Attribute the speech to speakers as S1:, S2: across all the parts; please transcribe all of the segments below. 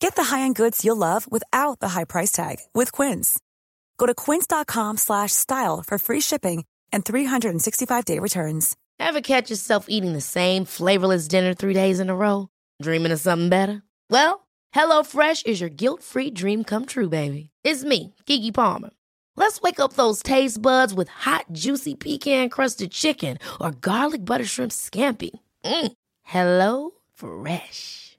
S1: Get the high-end goods you'll love without the high price tag with Quince. Go to quince.com slash style for free shipping and 365-day returns.
S2: Ever catch yourself eating the same flavorless dinner three days in a row? Dreaming of something better? Well, HelloFresh is your guilt free dream come true, baby. It's me, Kiki Palmer. Let's wake up those taste buds with hot, juicy pecan crusted chicken or garlic butter shrimp scampi. Mm. Hello Fresh.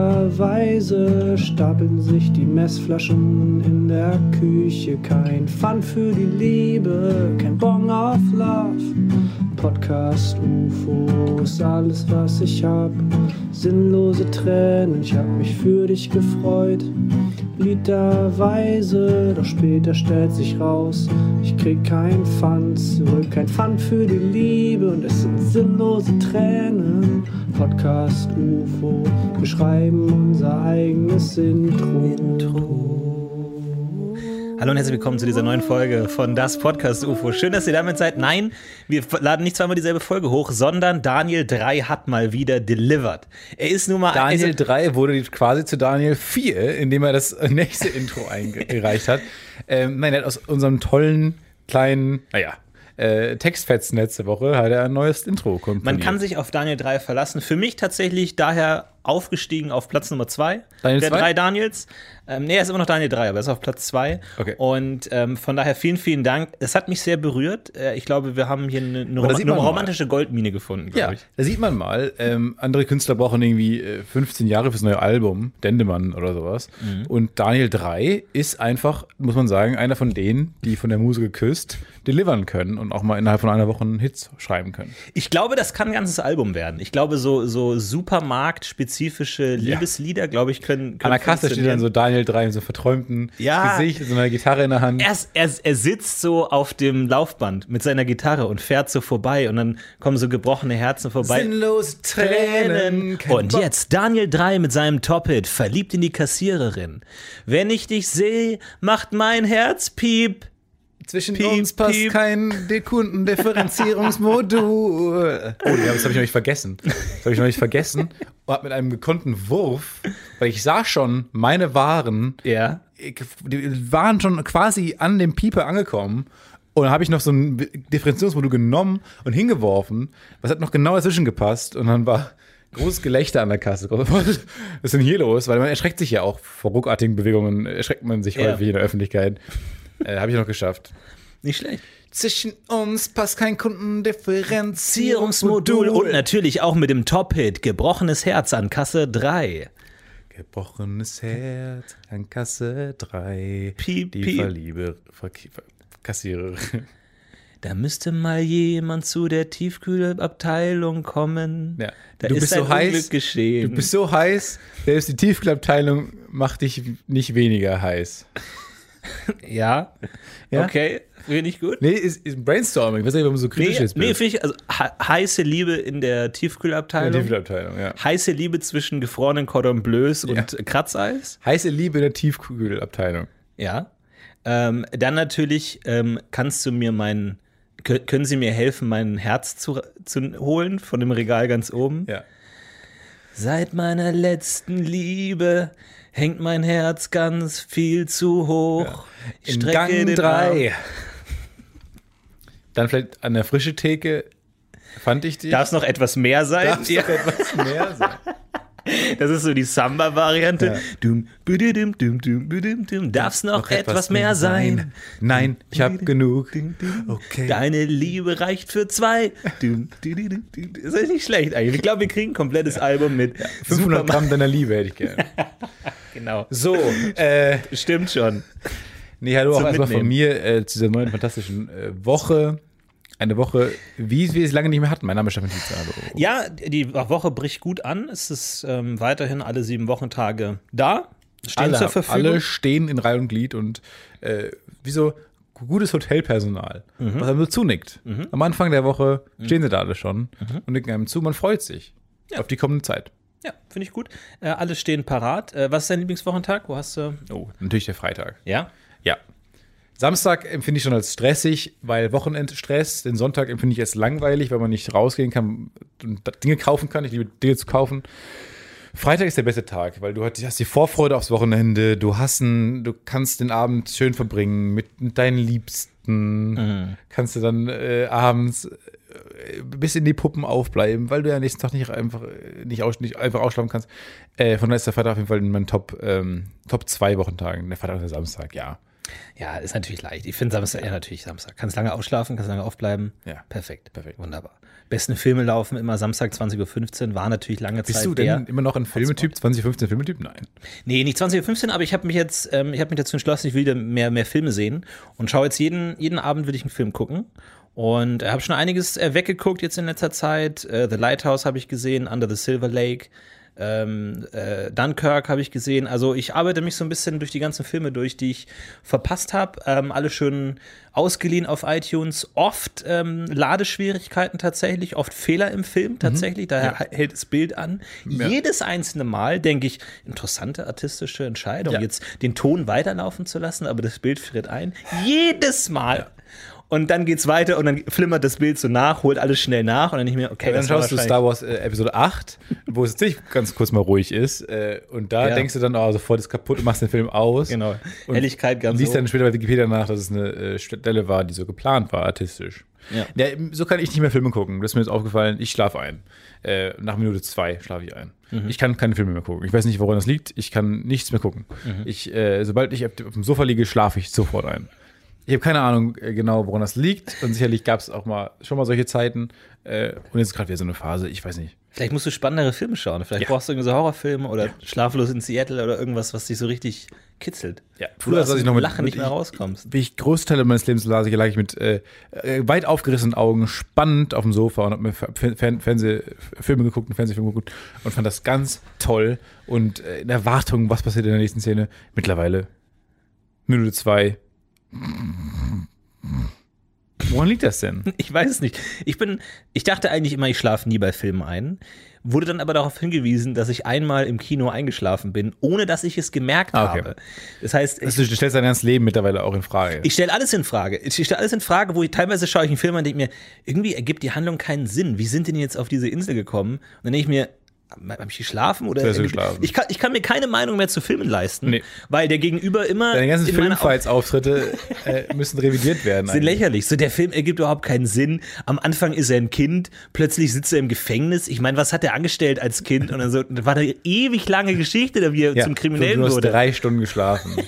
S3: Literweise stapeln sich die Messflaschen in der Küche. Kein Fun für die Liebe, kein Bong auf Love. Podcast, UFOs, alles was ich hab. Sinnlose Tränen, ich hab mich für dich gefreut. Literweise, doch später stellt sich raus, ich krieg kein Pfand zurück, kein Pfand für die Liebe und es sind sinnlose Tränen. Podcast UFO, wir schreiben unser eigenes Intro.
S4: Hallo und herzlich willkommen zu dieser neuen Folge von Das Podcast UFO. Schön, dass ihr damit seid. Nein, wir laden nicht zweimal dieselbe Folge hoch, sondern Daniel 3 hat mal wieder delivered. Er ist nun mal
S5: Daniel
S4: also,
S5: 3 wurde quasi zu Daniel 4, indem er das nächste Intro eingereicht hat. Ähm, nein, er hat aus unserem tollen kleinen, naja, äh, Textfetzen letzte Woche hat er ein neues Intro komponiert.
S4: Man kann sich auf Daniel 3 verlassen. Für mich tatsächlich daher aufgestiegen auf Platz Nummer 2
S5: Daniel
S4: der
S5: zwei?
S4: drei Daniels. Ähm, nee, er ist immer noch Daniel 3, aber er ist auf Platz 2.
S5: Okay.
S4: Und ähm, von daher vielen, vielen Dank. Es hat mich sehr berührt. Äh, ich glaube, wir haben hier eine, eine,
S5: da
S4: Roma
S5: sieht
S4: eine
S5: man mal.
S4: romantische Goldmine gefunden,
S5: ja,
S4: glaube ich.
S5: da sieht man mal, ähm, andere Künstler brauchen irgendwie äh, 15 Jahre fürs neue Album, Dendemann oder sowas.
S4: Mhm.
S5: Und Daniel 3 ist einfach, muss man sagen, einer von denen, die von der Muse geküsst, delivern können und auch mal innerhalb von einer Woche einen Hit schreiben können.
S4: Ich glaube, das kann ein ganzes Album werden. Ich glaube, so, so spezifische Liebeslieder, glaube ich, können. können
S6: An der Kasse steht dann so Daniel 3 in so einem verträumten
S4: Ja.
S6: Gesicht, so einer Gitarre in der Hand.
S4: er, ist- er, ist- er sitzt so auf dem Laufband mit seiner Gitarre und fährt so vorbei und dann kommen so gebrochene Herzen vorbei.
S6: Sinnlose kein
S4: Und
S6: Bock.
S4: jetzt Daniel 3 mit seinem Top-Hit, verliebt in die Kassiererin. Wenn ich dich sehe, macht mein Herz piep.
S6: Zwischen
S4: Piep,
S6: uns passt
S4: piep.
S6: kein De- Kundendifferenzierungsmodul. Oh, ja, das habe ich noch nicht vergessen. Das habe ich noch nicht vergessen. Und habe mit einem gekonnten Wurf, weil ich sah schon, meine Waren
S4: Ja.
S6: ich- die waren schon quasi an dem Pieper angekommen. Und dann habe ich noch so ein Differenzierungsmodul genommen und hingeworfen. Was hat noch genau dazwischen gepasst? Und dann war großes Gelächter an der Kasse. Was ist denn hier los? Weil man erschreckt sich ja auch vor ruckartigen Bewegungen, erschreckt man sich
S4: Ja.
S6: häufig in der Öffentlichkeit. Äh, habe ich noch geschafft.
S4: Nicht schlecht.
S6: Zwischen uns passt kein
S4: Zierungsmodul
S6: Kundendifferenzierungsmodul.
S4: und natürlich auch mit dem Top-Hit, gebrochenes Herz an Kasse 3.
S6: Gebrochenes Herz an Kasse 3.
S4: Piep,
S6: die
S4: piep.
S6: Verliebe, Verk- Ver- Kassiererin.
S4: Da müsste mal jemand zu der Tiefkühlabteilung kommen.
S6: Ja.
S4: Da
S6: Du
S4: ist
S6: bist
S4: ein
S6: so heiß,
S4: Unglück geschehen.
S6: Du bist so heiß, selbst die Tiefkühlabteilung macht dich nicht weniger heiß.
S4: ja.
S6: Ja?
S4: Okay, finde ich gut.
S6: Nee, ist, ist ein Brainstorming. Was ist, wenn man so kritisch
S4: Nee,
S6: jetzt
S4: nee
S6: bist.
S4: finde ich, also he- heiße Liebe in der
S6: In der
S4: Tiefkühlabteilung.
S6: Tiefkühlabteilung, ja.
S4: heiße Liebe zwischen gefrorenen Cordon Bleus und Kratzeis.
S6: Heiße Liebe in der Tiefkühlabteilung.
S4: Ja. Ähm, dann natürlich ähm, kannst du mir meinen, kö- können Sie mir helfen, mein Herz zu, zu holen von dem Regal ganz oben?
S6: Ja.
S4: Seit meiner letzten Liebe hängt mein Herz ganz viel zu hoch. Ich
S6: In
S4: strecke
S6: Gang
S4: den Arm.
S6: 3. Dann vielleicht an der frische Theke fand ich dich.
S4: Darf es noch etwas mehr sein?
S6: Darf's
S4: Ja,
S6: doch etwas mehr sein.
S4: das ist so die Samba-Variante.
S6: Ja.
S4: Dum, büdüdüm, düm, düm, büdüm, düm. Darf es noch etwas mehr sein?
S6: Nein, ich habe genug.
S4: Dum, dum.
S6: Okay.
S4: Deine Liebe reicht für zwei. Dum, dü, dü, dü, dü, dü. Das ist nicht schlecht eigentlich. Ich glaube, wir kriegen ein komplettes Album mit
S6: 500
S4: Superman-
S6: Gramm deiner Liebe hätte ich gerne.
S4: Genau.
S6: So, äh,
S4: Stimmt schon.
S6: nee, hallo auch
S4: Zum
S6: erstmal von
S4: Mitnehmen.
S6: mir äh, zu dieser neuen fantastischen äh, Woche. Eine Woche, wie wir es lange nicht mehr hatten. Mein Name ist Stefan Tietze. Hallo.
S4: Ja, die Woche bricht gut an. Es ist ähm, weiterhin alle sieben Wochentage da. Stehen
S6: alle,
S4: zur
S6: haben-
S4: Verfügung.
S6: alle stehen in Reihe und Glied und äh, wie so gutes Hotelpersonal,
S4: Mhm.
S6: was einem so zunickt. Am Anfang der Woche stehen sie da alle schon
S4: Mhm.
S6: und nicken einem zu. Man freut sich auf die kommende Zeit.
S4: Ja, finde ich gut. Äh, alle stehen parat. Äh, was ist dein Lieblingswochentag? Wo hast du.
S6: Oh, natürlich der Freitag.
S4: Ja.
S6: Ja. Samstag empfinde ich schon als stressig, weil Wochenendstress. Den Sonntag empfinde ich als langweilig, weil man nicht rausgehen kann und Dinge kaufen kann. Ich liebe Dinge zu kaufen. Freitag ist der beste Tag, weil du hat- hast die Vorfreude aufs Wochenende. Du hast einen, du kannst den Abend schön verbringen mit deinen Liebsten. Kannst du dann äh, abends äh, bis in die Puppen aufbleiben, weil du ja am nächsten Tag nicht einfach, äh, nicht aus, nicht einfach ausschlafen kannst. Äh, von daher ist der Freitag auf jeden Fall in meinen Top, ähm, Top zwei Wochentagen. Der Freitag und der Samstag, ja.
S4: Ja, ist natürlich leicht. Ich finde Samstag, ja, natürlich Samstag. Kannst lange ausschlafen, kannst lange aufbleiben.
S6: Ja.
S4: Perfekt.
S6: Perfekt.
S4: Wunderbar. Besten Filme laufen immer Samstag 20.15 Uhr. War natürlich lange
S6: Bist
S4: Zeit.
S6: du
S4: der-
S6: denn immer noch ein Filmetyp, 2015 Filmetyp? Nein.
S4: Nee, nicht 20.15 Uhr, aber ich habe mich jetzt, ähm, ich habe mich dazu entschlossen, ich will wieder mehr, mehr Filme sehen und schaue jetzt jeden, jeden Abend will ich einen Film gucken. Und habe schon einiges äh, weggeguckt jetzt in letzter Zeit. Äh, the Lighthouse habe ich gesehen, Under the Silver Lake, ähm, äh, Dunkirk habe ich gesehen. Also ich arbeite mich so ein bisschen durch die ganzen Filme durch, die ich verpasst habe. Ähm, alle schön ausgeliehen auf iTunes. Oft ähm, Ladeschwierigkeiten tatsächlich, oft Fehler im
S6: Mhm.
S4: Film tatsächlich. Daher hält das Bild an. Jedes einzelne Mal denke ich, interessante artistische Entscheidung,
S6: Ja.
S4: jetzt den Ton weiterlaufen zu lassen, aber das Bild friert ein. Jedes Mal. Und dann geht's weiter und dann flimmert das Bild so nach, holt alles schnell nach und dann nicht mehr, okay,
S6: Dann
S4: das war
S6: schaust du
S4: wahrscheinlich-
S6: Star Wars äh, Episode 8, wo es ziemlich ganz kurz mal ruhig ist. Äh, und da
S4: Ja.
S6: denkst du dann, oh, sofort ist kaputt und machst den Film aus.
S4: Genau.
S6: Und
S4: Helligkeit ganz
S6: Liest
S4: hoch.
S6: dann später bei Wikipedia nach, dass es eine äh, Stelle war, die so geplant war, artistisch.
S4: Ja.
S6: eben, so kann ich nicht mehr Filme gucken. Das ist mir jetzt aufgefallen. Ich schlafe ein. Äh, nach Minute zwei schlafe ich ein.
S4: Mhm.
S6: Ich kann keine Filme mehr gucken. Ich weiß nicht, woran das
S4: Mhm.
S6: liegt. Ich kann nichts mehr gucken. Ich, äh, sobald ich auf dem auf dem Sofa liege, schlafe ich sofort ein. Ich habe keine Ahnung äh, genau, woran das liegt. Und sicherlich gab es auch mal schon mal solche Zeiten. Äh, und jetzt ist gerade wieder so eine Phase, ich weiß nicht.
S4: Vielleicht musst du spannendere Filme schauen. Vielleicht brauchst du irgendwie so Horrorfilme oder Schlaflos in Seattle oder irgendwas, was dich so richtig kitzelt.
S6: Ja,
S4: Wo du
S6: früher
S4: aus
S6: saß ich
S4: dem
S6: noch mit-
S4: Lachen
S6: mit-
S4: nicht mehr
S6: ich-
S4: rauskommst.
S6: Wie ich Großteile meines Lebens las, ich lag ich mit äh, äh, weit aufgerissenen Augen, spannend auf dem Sofa und habe mir Fe- Fe- Fernseh Filme geguckt, einen Fernsehfilm geguckt und fand das ganz toll. Und äh, in Erwartung, was passiert in der nächsten Szene, mittlerweile Minute zwei. Woran liegt das denn?
S4: Ich weiß es nicht. Ich bin, ich dachte eigentlich immer, ich schlafe nie bei Filmen ein. Wurde dann aber darauf hingewiesen, dass ich einmal im Kino eingeschlafen bin, ohne dass ich es gemerkt
S6: Ah, okay.
S4: habe. Das heißt, ich,
S6: Also, du stellst dein ganzes Leben mittlerweile auch in Frage.
S4: ich stelle alles in Frage. Ich stelle alles in Frage, wo ich teilweise schaue ich einen Film an und denke mir, irgendwie ergibt die Handlung keinen Sinn. Wie sind denn jetzt auf diese Insel gekommen? Und dann denke ich mir, habe ich geschlafen oder?
S6: Du hast geschlafen.
S4: Ich, kann, ich kann mir keine Meinung mehr zu Filmen leisten,
S6: Nee.
S4: weil der Gegenüber immer
S6: Deine ganzen
S4: in meiner Auf-
S6: Filmfights-Auftritte äh, müssen revidiert werden.
S4: sind
S6: eigentlich.
S4: lächerlich. So, der Film ergibt überhaupt keinen Sinn. Am Anfang ist er ein Kind, plötzlich sitzt er im Gefängnis. Ich meine, was hat er angestellt als Kind? Und dann so, das war eine ewig lange Geschichte, da wie er
S6: Ja,
S4: zum Kriminellen
S6: du hast
S4: wurde.
S6: drei Stunden geschlafen.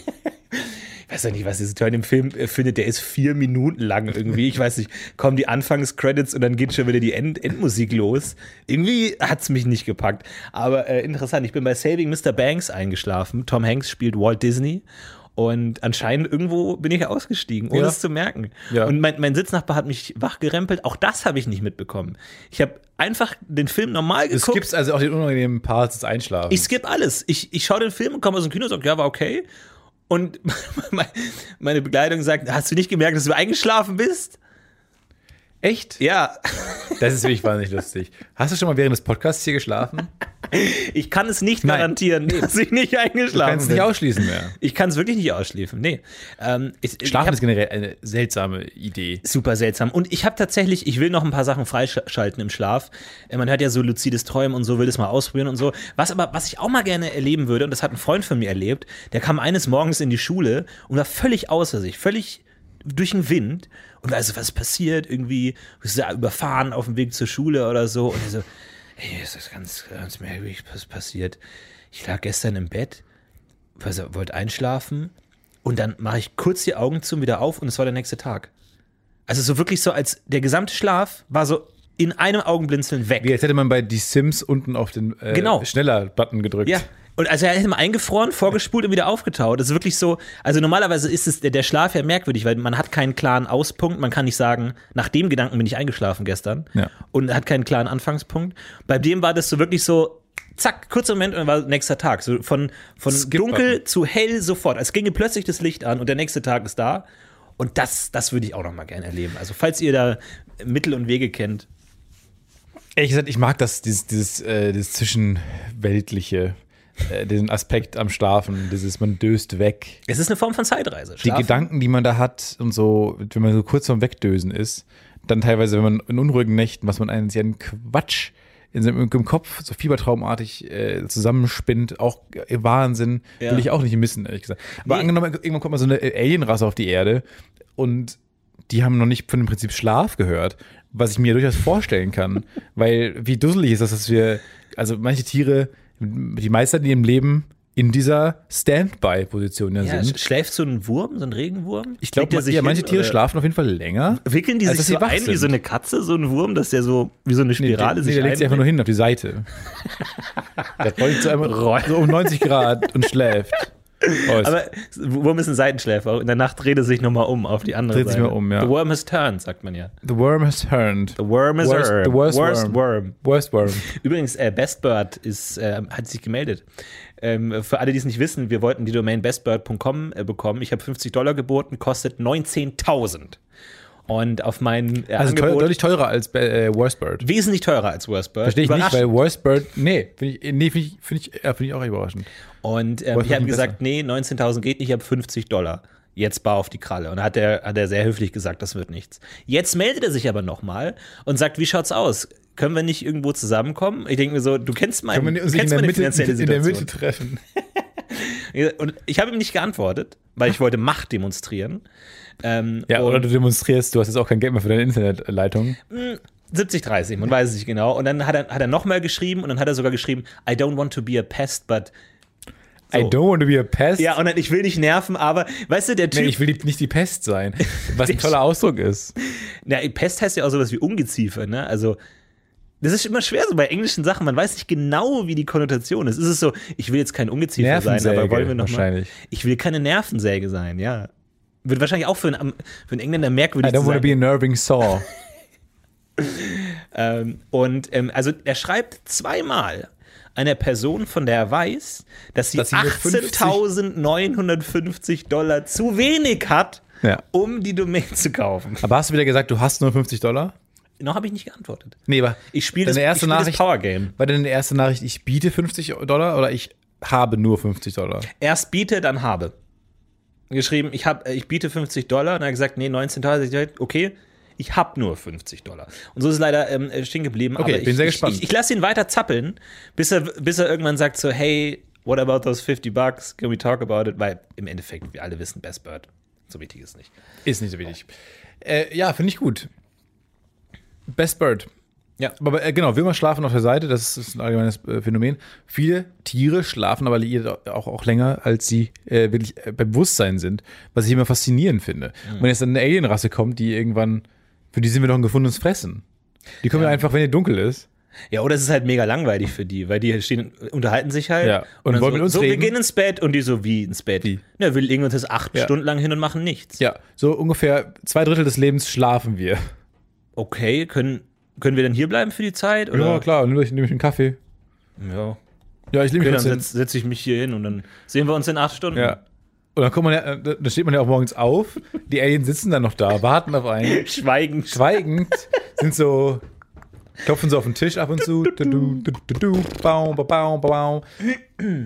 S4: Ich weiß ja nicht, was ihr so in dem Film äh, findet. Der ist vier Minuten lang irgendwie. Ich weiß nicht, kommen die Anfangs-Credits und dann geht schon wieder die End Endmusik los. Irgendwie hat es mich nicht gepackt. Aber äh, interessant, ich bin bei Saving Mr. Banks eingeschlafen. Tom Hanks spielt Walt Disney. Und anscheinend irgendwo bin ich ausgestiegen, ohne
S6: Ja.
S4: es zu merken.
S6: Ja.
S4: Und mein, mein Sitznachbar hat mich wachgerempelt. Auch das habe ich nicht mitbekommen. Ich habe einfach den Film normal
S6: Es
S4: geguckt.
S6: gibt also auch den unangenehmen Part des Einschlafens.
S4: Ich skippe alles. Ich, ich schaue den Film und komme aus dem Kino und sage, ja, war okay. Und me- meine Begleitung sagt, hast du nicht gemerkt, dass du eingeschlafen bist?
S6: Echt?
S4: Ja,
S6: Das ist wirklich wahnsinnig lustig. Hast du schon mal während des Podcasts hier geschlafen?
S4: ich kann es nicht
S6: Nein.
S4: garantieren, dass ich nicht
S6: Du
S4: eingeschlafen
S6: kannst es nicht
S4: bin.
S6: ausschließen mehr.
S4: Ich kann es wirklich nicht ausschlafen. Nee. Ähm, ich, ich
S6: Schlafen
S4: hab-
S6: ist generell eine seltsame Idee.
S4: super seltsam. Und ich habe tatsächlich, ich will noch ein paar Sachen freischalten im Schlaf. Äh, Man hört ja so luzides Träumen und so, will das mal ausprobieren und so. Was aber, was ich auch mal gerne erleben würde, und das hat ein Freund von mir erlebt, der kam eines Morgens in die Schule und war völlig außer sich, völlig durch den Wind und war so, was ist passiert? Irgendwie ist er überfahren auf dem Weg zur Schule oder so. Und er so, hey, es ist ganz, ganz merkwürdig, was passiert. Ich lag gestern im Bett, also wollte einschlafen und dann mache ich kurz die Augen zu und wieder auf und es war der nächste Tag. Also so wirklich so, als der gesamte Schlaf war so in einem Augenblinzeln weg.
S6: Wie als hätte man bei Die Sims unten auf den äh,
S4: Genau.
S6: Schneller-Button gedrückt.
S4: Ja. Und also er hätte mal eingefroren, vorgespult und wieder aufgetaut. Das ist wirklich so, also normalerweise ist es der, der Schlaf ja merkwürdig, weil man hat keinen klaren Auspunkt, man kann nicht sagen, nach dem Gedanken bin ich eingeschlafen gestern
S6: Ja.
S4: und hat keinen klaren Anfangspunkt. Bei dem war das so wirklich so zack, kurzer Moment und dann war nächster Tag, so von von
S6: Skip-Button.
S4: dunkel zu hell sofort. Als ginge plötzlich das Licht an und der nächste Tag ist da. Und das, das würde ich auch noch mal gerne erleben. Also falls ihr da Mittel und Wege kennt,
S6: Ehrlich gesagt, ich mag das, dieses, dieses, äh, dieses Zwischenweltliche, äh, diesen Aspekt am Schlafen, dieses man döst weg.
S4: es ist eine Form von Zeitreise.
S6: die
S4: Schlafen-
S6: Gedanken, die man da hat und so, wenn man so kurz vorm Wegdösen ist, dann teilweise, wenn man in unruhigen Nächten, was man einen sehr Quatsch in seinem im Kopf so fiebertraumartig äh, zusammenspinnt, auch Wahnsinn,
S4: Ja.
S6: will ich auch nicht missen, ehrlich gesagt. Aber
S4: Nee.
S6: angenommen, irgendwann kommt mal so eine Alienrasse auf die Erde und die haben noch nicht von dem Prinzip Schlaf gehört, was ich mir durchaus vorstellen kann. weil wie dusselig ist das, dass wir, also manche Tiere, die meisten in ihrem Leben in dieser Standby-Position ja,
S4: Ja,
S6: sind.
S4: sch- schläft so ein Wurm, so ein Regenwurm?
S6: Ich
S4: Legt
S6: glaube,
S4: der
S6: ja,
S4: hin,
S6: manche Tiere
S4: oder
S6: schlafen auf jeden Fall länger.
S4: Wickeln die
S6: als
S4: sich
S6: dass sie
S4: so
S6: wach
S4: ein wie
S6: sind.
S4: so eine Katze, so ein Wurm, dass der so wie so eine
S6: Nee,
S4: Spirale
S6: der,
S4: sich
S6: nee, der legt sich einfach nur
S4: einlegt?
S6: hin auf die Seite. der rollt so, einmal, so um 90 Grad und schläft. Oh, ist-
S4: Aber Wurm ist ein Seitenschläfer. In der Nacht dreht er sich nochmal um auf die andere
S6: Dreht sich
S4: Seite.
S6: mal um, ja.
S4: The worm has turned, sagt man ja.
S6: the worm has turned.
S4: The worm is
S6: Worst-
S4: earned.
S6: the worst
S4: worst
S6: worm.
S4: worm.
S6: Worst worm.
S4: Übrigens, äh, Bestbird ist, äh, hat sich gemeldet. Ähm, für alle, die es nicht wissen, wir wollten die Domain bestbird.com äh, bekommen. Ich habe 50 Dollar geboten, kostet 19.000. Und auf meinen äh,
S6: Also teuer,
S4: Angebot
S6: deutlich teurer als äh, äh, Worst Bird.
S4: wesentlich teurer als Worstbird.
S6: Verstehe ich nicht,
S4: Überraschend.
S6: weil Worst Bird. Nee, finde ich, nee, find ich, find ich, ja, find ich auch überraschend.
S4: Und ähm,
S6: Wollte
S4: ich habe
S6: ich
S4: gesagt, nee, 19.000 geht nicht, ich habe 50 Dollar. Jetzt bar auf die Kralle. Und da hat er hat er sehr höflich gesagt, das wird nichts. Jetzt meldet er sich aber nochmal und sagt, wie schaut's aus? Können wir nicht irgendwo zusammenkommen? Ich denke mir so, du kennst meinen,
S6: Können wir uns nicht in
S4: kennst
S6: der,
S4: meine
S6: Mitte,
S4: finanzielle
S6: in der
S4: Situation.
S6: Mitte treffen?
S4: Und ich habe ihm nicht geantwortet, weil ich wollte Macht demonstrieren. Ähm,
S6: Ja,
S4: und-
S6: oder du demonstrierst, du hast jetzt auch kein Geld mehr für deine Internetleitung.
S4: 70, 30, man weiß es nicht genau. Und dann hat er, hat er nochmal geschrieben und dann hat er sogar geschrieben, I don't want to be a pest, but
S6: I don't want to be a pest.
S4: Ja, und dann, ich will nicht nerven, aber weißt du, der Typ.
S6: nee, ich will die, nicht die Pest sein. Was ein toller Ausdruck ist.
S4: Na, Pest heißt ja auch sowas wie Ungeziefer, ne? Also, das ist immer schwer so bei englischen Sachen. Man weiß nicht genau, wie die Konnotation ist. Ist es so, ich will jetzt kein Ungeziefer sein, aber
S6: Nervensäge,
S4: wollen wir noch mal,
S6: wahrscheinlich.
S4: Ich will keine Nervensäge sein, ja. Wird wahrscheinlich auch für einen, Am- für einen Engländer
S6: I
S4: merkwürdig
S6: don't
S4: sein.
S6: want to be a nerving saw.
S4: Ähm, und ähm, also er schreibt zweimal einer Person, von der er weiß, dass sie,
S6: Dass sie nur
S4: 18.950 Dollar zu wenig hat,
S6: Ja.
S4: um die Domain zu kaufen.
S6: Aber hast du wieder gesagt, du hast nur 50 Dollar?
S4: Noch habe ich nicht geantwortet.
S6: Nee, aber
S4: Ich spiele das,
S6: deine
S4: ich
S6: erste
S4: spiel das
S6: Nachricht.
S4: Power Game.
S6: war denn die erste Nachricht, ich biete 50 Dollar oder ich habe nur 50 Dollar?
S4: Erst biete, dann habe. Geschrieben, ich, hab, äh, ich biete 50 Dollar. Und er hat gesagt, nee, 19 Dollar. Ich gesagt, Okay, ich habe nur 50 Dollar. Und so ist es leider ähm, äh, stehen geblieben.
S6: Okay,
S4: aber
S6: ich bin sehr
S4: ich,
S6: gespannt.
S4: Ich, ich lasse ihn weiter zappeln, bis er, bis er irgendwann sagt so, hey, what about those 50 bucks? Can we talk about it? Weil im Endeffekt, wir alle wissen, Best Bird. So wichtig ist nicht.
S6: Ist nicht so wenig. Äh, ja, finde ich gut. Best Bird.
S4: Ja.
S6: Aber äh, genau, Würmer schlafen auf der Seite, das ist ein allgemeines äh, Phänomen. Viele Tiere schlafen aber liiert auch, auch länger, als sie äh, wirklich äh, bei Bewusstsein sind, was ich immer faszinierend finde. Und wenn jetzt dann eine Alienrasse kommt, die irgendwann, für die sind wir doch ein gefundenes Fressen. Die kommen ja einfach, wenn ihr dunkel ist.
S4: Ja, oder es ist halt mega langweilig für die, weil die halt stehen, unterhalten sich halt.
S6: Ja, und
S4: dann
S6: wollen
S4: so,
S6: mit uns
S4: so,
S6: reden?
S4: wir gehen ins Bett und die so, wie ins Bett?
S6: Wie?
S4: Na, wir legen uns jetzt acht
S6: Ja.
S4: Stunden lang hin und machen nichts.
S6: Ja, so ungefähr zwei Drittel des Lebens schlafen wir.
S4: okay, können, können wir dann hier bleiben für die Zeit? Oder?
S6: Ja, klar, nehme ich nehme ich einen Kaffee.
S4: Ja.
S6: Ja, ich nehme
S4: Okay, dann
S6: mich kurz hin.
S4: setze setz ich mich hier hin und dann sehen wir uns in acht Stunden.
S6: Ja. Und dann kommt man ja, äh, da da steht man ja auch morgens auf, die Aliens sitzen dann noch da, warten auf einen,
S4: Schweigen.
S6: schweigend, sind so, klopfen so auf den Tisch ab und zu. Du, du, du, du, du, bau, bau, bau, bau, bau.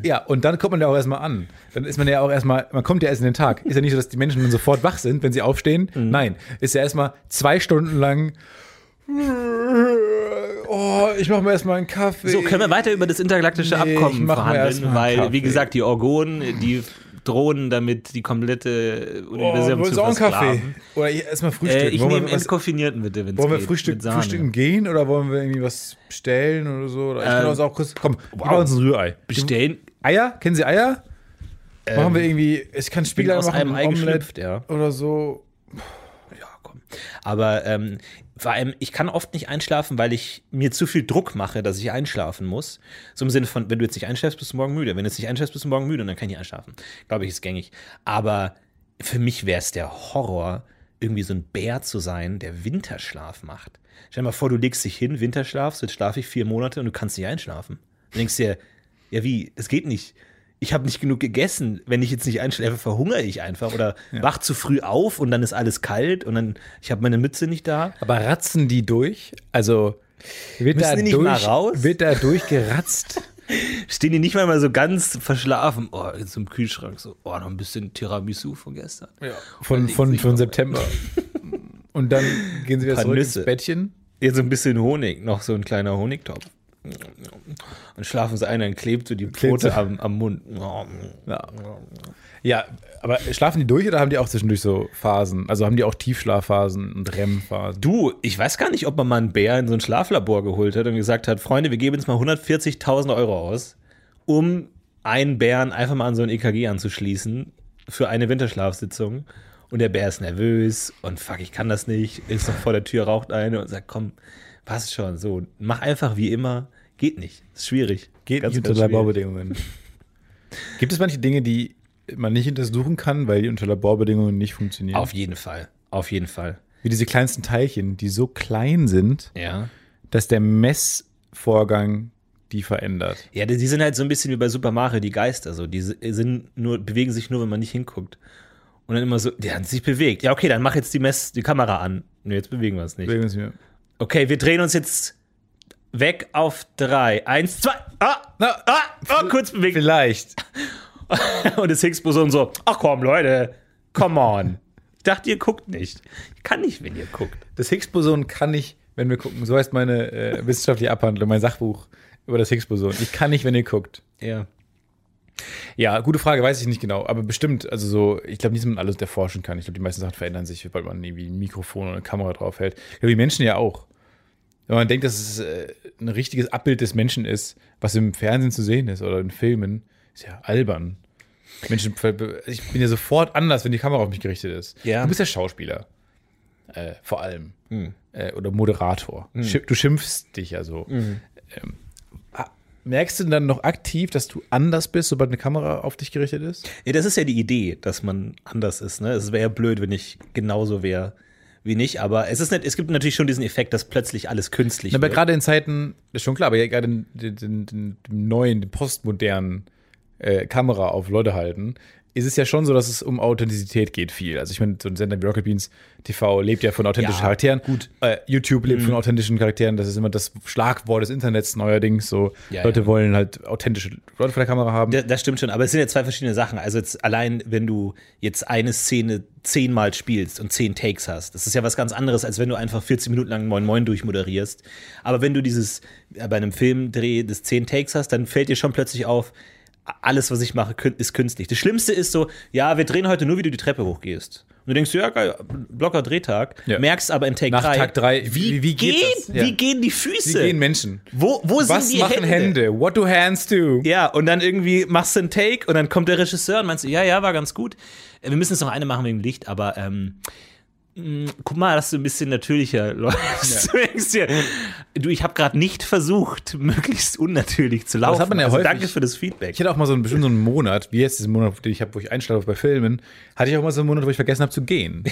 S6: Ja, und dann kommt man ja auch erstmal an. Dann ist man ja auch erstmal, man kommt ja erst in den Tag. Ist ja nicht so, dass die Menschen dann sofort wach sind, wenn sie aufstehen.
S4: Mhm.
S6: Nein, ist ja erstmal zwei Stunden lang. Oh, ich mache mir erstmal einen Kaffee.
S4: So, können wir weiter über das intergalaktische
S6: Nee, ich
S4: Abkommen
S6: mach mir erst mal
S4: verhandeln,
S6: einen
S4: weil,
S6: Kaffee.
S4: wie gesagt, die Orgonen, die drohen damit, die komplette Universum zu
S6: Oh, willst du auch einen Kaffee?
S4: versklaven.
S6: Oder hier erstmal Frühstück.
S4: Äh, ich
S6: Wollen wir
S4: nehme
S6: was-
S4: entkoffinierten bitte, wenn es
S6: Wollen
S4: geht.
S6: wir Frühstück,
S4: mit Sahne.
S6: frühstücken gehen oder wollen wir irgendwie was bestellen oder so? Oder ich kann
S4: Ähm,
S6: uns auch kurz. Komm, gib mal uns ein Rührei.
S4: Bestellen.
S6: Eier? Kennen Sie Eier? machen wir irgendwie. Ähm, Ich kann
S4: Bin
S6: Spieler
S4: aus
S6: machen,
S4: einem Ei
S6: Omelette
S4: geschlüpft, ja.
S6: oder so.
S4: Ja, komm. Aber ähm, vor allem, ich kann oft nicht einschlafen, weil ich mir zu viel Druck mache, dass ich einschlafen muss. So im Sinne von, wenn du jetzt nicht einschläfst, bist du morgen müde. Wenn du jetzt nicht einschläfst, bist du morgen müde und dann kann ich nicht einschlafen. Glaube ich, ist gängig. Aber für mich wäre es der Horror, irgendwie so ein Bär zu sein, der Winterschlaf macht. Stell dir mal vor, du legst dich hin, Winterschlaf, so jetzt schlafe ich vier Monate und du kannst nicht einschlafen. Du denkst dir, ja wie, es geht nicht. Ich habe nicht genug gegessen. Wenn ich jetzt nicht einschläfe, verhungere ich einfach oder wach zu früh auf und dann ist alles kalt und dann ich habe meine Mütze nicht da.
S6: Aber ratzen die durch? Also. Wird
S4: Müssen
S6: da,
S4: die nicht
S6: durch,
S4: mal raus?
S6: wird da durchgeratzt?
S4: Stehen die nicht mal mal so ganz verschlafen. Oh, jetzt im Kühlschrank so, oh, noch ein bisschen Tiramisu von gestern.
S6: von, von, von September. Und dann gehen sie wieder
S4: Paar
S6: zurück
S4: Nüsse.
S6: ins Bettchen.
S4: Jetzt so ein bisschen Honig, noch so ein kleiner Honigtopf. Und schlafen sie ein, dann klebt so die
S6: Klebt
S4: Pfote
S6: so-
S4: am, am Mund. Oh,
S6: Ja. ja, aber schlafen die durch oder haben die auch zwischendurch so Phasen? Also haben die auch Tiefschlafphasen und REM-Phasen?
S4: Du, ich weiß gar nicht, ob man mal einen Bär in so ein Schlaflabor geholt hat und gesagt hat, Freunde, wir geben jetzt mal 140.000 Euro aus, um einen Bären einfach mal an so ein EKG anzuschließen für eine Winterschlafsitzung. Und der Bär ist nervös und fuck, ich kann das nicht, ist noch vor der Tür, raucht eine und sagt, komm, passt schon, so, mach einfach wie immer. Geht nicht, ist schwierig.
S6: Geht
S4: Ganz,
S6: nicht
S4: ganz
S6: unter
S4: schwierig.
S6: Laborbedingungen. Gibt es manche Dinge, die man nicht untersuchen kann, weil die unter Laborbedingungen nicht funktionieren?
S4: Auf jeden Fall, auf jeden Fall,
S6: Wie diese kleinsten Teilchen, die so klein sind,
S4: ja.
S6: dass der Messvorgang die verändert.
S4: Ja, die, die sind halt so ein bisschen wie bei Super Mario, die Geister. So. Die sind nur, bewegen sich nur, wenn man nicht hinguckt. Und dann immer so, der hat sich bewegt. Ja, okay, dann mach jetzt die Mess, die Kamera an. Nö, jetzt bewegen wir es nicht.
S6: Deswegen ist mir-
S4: Okay, wir drehen uns jetzt weg auf drei. Eins, zwei. Ah,
S6: Na,
S4: ah, oh, kurz bewegt.
S6: Vielleicht.
S4: Und das Higgs-Boson so, ach komm, Leute, come on. Ich dachte, ihr guckt nicht. Ich kann nicht, wenn ihr guckt.
S6: Das Higgs-Boson kann ich, wenn wir gucken. So heißt meine äh, wissenschaftliche Abhandlung, mein Sachbuch über das Higgs-Boson. Ich kann nicht, wenn ihr guckt.
S4: Ja.
S6: Ja, gute Frage, weiß ich nicht genau. Aber bestimmt, also so, ich glaube nicht, dass man alles erforschen kann. Ich glaube, die meisten Sachen verändern sich, sobald man irgendwie ein Mikrofon oder eine Kamera draufhält. Ich glaube, die Menschen ja auch. Wenn man denkt, dass es äh, ein richtiges Abbild des Menschen ist, was im Fernsehen zu sehen ist oder in Filmen, ist ja albern. Menschen, ich bin ja sofort anders, wenn die Kamera auf mich gerichtet ist.
S4: Ja.
S6: Du bist ja Schauspieler. Äh, vor allem.
S4: Hm.
S6: Äh, oder Moderator. Schi- Du schimpfst dich ja so.
S4: Hm.
S6: Ähm, ah, merkst du denn dann noch aktiv, dass du anders bist, sobald eine Kamera auf dich gerichtet ist?
S4: Ja, das ist ja die Idee, dass man anders ist. Ne? Es wäre ja blöd, wenn ich genauso wäre wie nicht. Aber es ist nicht, es gibt natürlich schon diesen Effekt, dass plötzlich alles künstlich
S6: Na, aber
S4: wird.
S6: gerade in Zeiten, das ist schon klar, aber ja, gerade in den, den, den, dem neuen, dem postmodernen äh, Kamera auf Leute halten, ist es ja schon so, dass es um Authentizität geht viel. Also ich meine, so ein Sender wie Rocket Beans TV lebt ja von authentischen
S4: Ja, Mhm.
S6: Charakteren. Gut. Äh, YouTube lebt von authentischen Charakteren. Das ist immer das Schlagwort des Internets neuerdings. So
S4: Ja,
S6: Leute
S4: ja.
S6: wollen halt authentische Leute vor der Kamera haben.
S4: Da- Das stimmt schon, aber es sind ja zwei verschiedene Sachen. Also jetzt allein, wenn du jetzt eine Szene zehnmal spielst und zehn Takes hast, das ist ja was ganz anderes, als wenn du einfach 40 Minuten lang Moin Moin durchmoderierst. Aber wenn du dieses äh, bei einem Filmdreh des zehn Takes hast, dann fällt dir schon plötzlich auf, a- alles, was ich mache, kün- ist künstlich. Das Schlimmste ist so, ja, wir drehen heute nur, wie du die Treppe hochgehst. Und du denkst, ja, geil, blocker Drehtag.
S6: Ja.
S4: Merkst aber in Take
S6: Nach
S4: 3,
S6: Tag drei, wie- wie geht das? Ja.
S4: wie gehen die
S6: Wie
S4: Füße?
S6: gehen Menschen?
S4: wo wo
S6: Was
S4: sind die
S6: machen Hände? What do hands do?
S4: ja, und dann irgendwie machst du einen Take und dann kommt der Regisseur und meinst du, ja, ja, war ganz gut. Äh, Wir müssen jetzt noch eine machen wegen Licht, aber ähm, mh, guck mal, dass du ein bisschen natürlicher läufst. Du denkst dir, du, ich habe gerade nicht versucht, möglichst unnatürlich zu laufen.
S6: das hat man ja
S4: also
S6: häufig.
S4: Danke für das Feedback.
S6: Ich hatte auch mal so einen bestimmt so einen Monat, wie jetzt diesen Monat, den ich habe, wo ich einschlafe bei Filmen, hatte ich auch mal so einen Monat, wo ich vergessen habe zu gehen.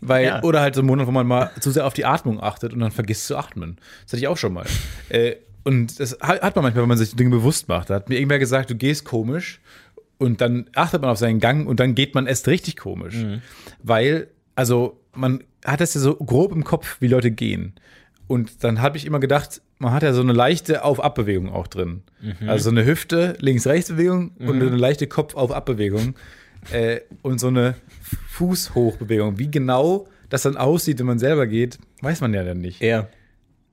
S6: Weil,
S4: Ja.
S6: Oder halt so einen Monat, wo man mal zu sehr auf die Atmung achtet und dann vergisst zu atmen. Das hatte ich auch schon mal. äh, und das ha- hat man manchmal, wenn man sich Dinge bewusst macht. Da hat mir irgendwer gesagt, du gehst komisch und dann achtet man auf seinen Gang und dann geht man erst richtig komisch. Weil, also, man hat das ja so grob im Kopf, wie Leute gehen. Und dann habe ich immer gedacht, man hat ja so eine leichte Auf-Ab-Bewegung auch drin.
S4: Mhm.
S6: Also so eine Hüfte, Links-Rechts-Bewegung und eine leichte Kopf-Auf-Ab-Bewegung. Äh, und so eine Fuß-Hoch-Bewegung. Wie genau das dann aussieht, wenn man selber geht, weiß man ja dann nicht.
S4: Ja.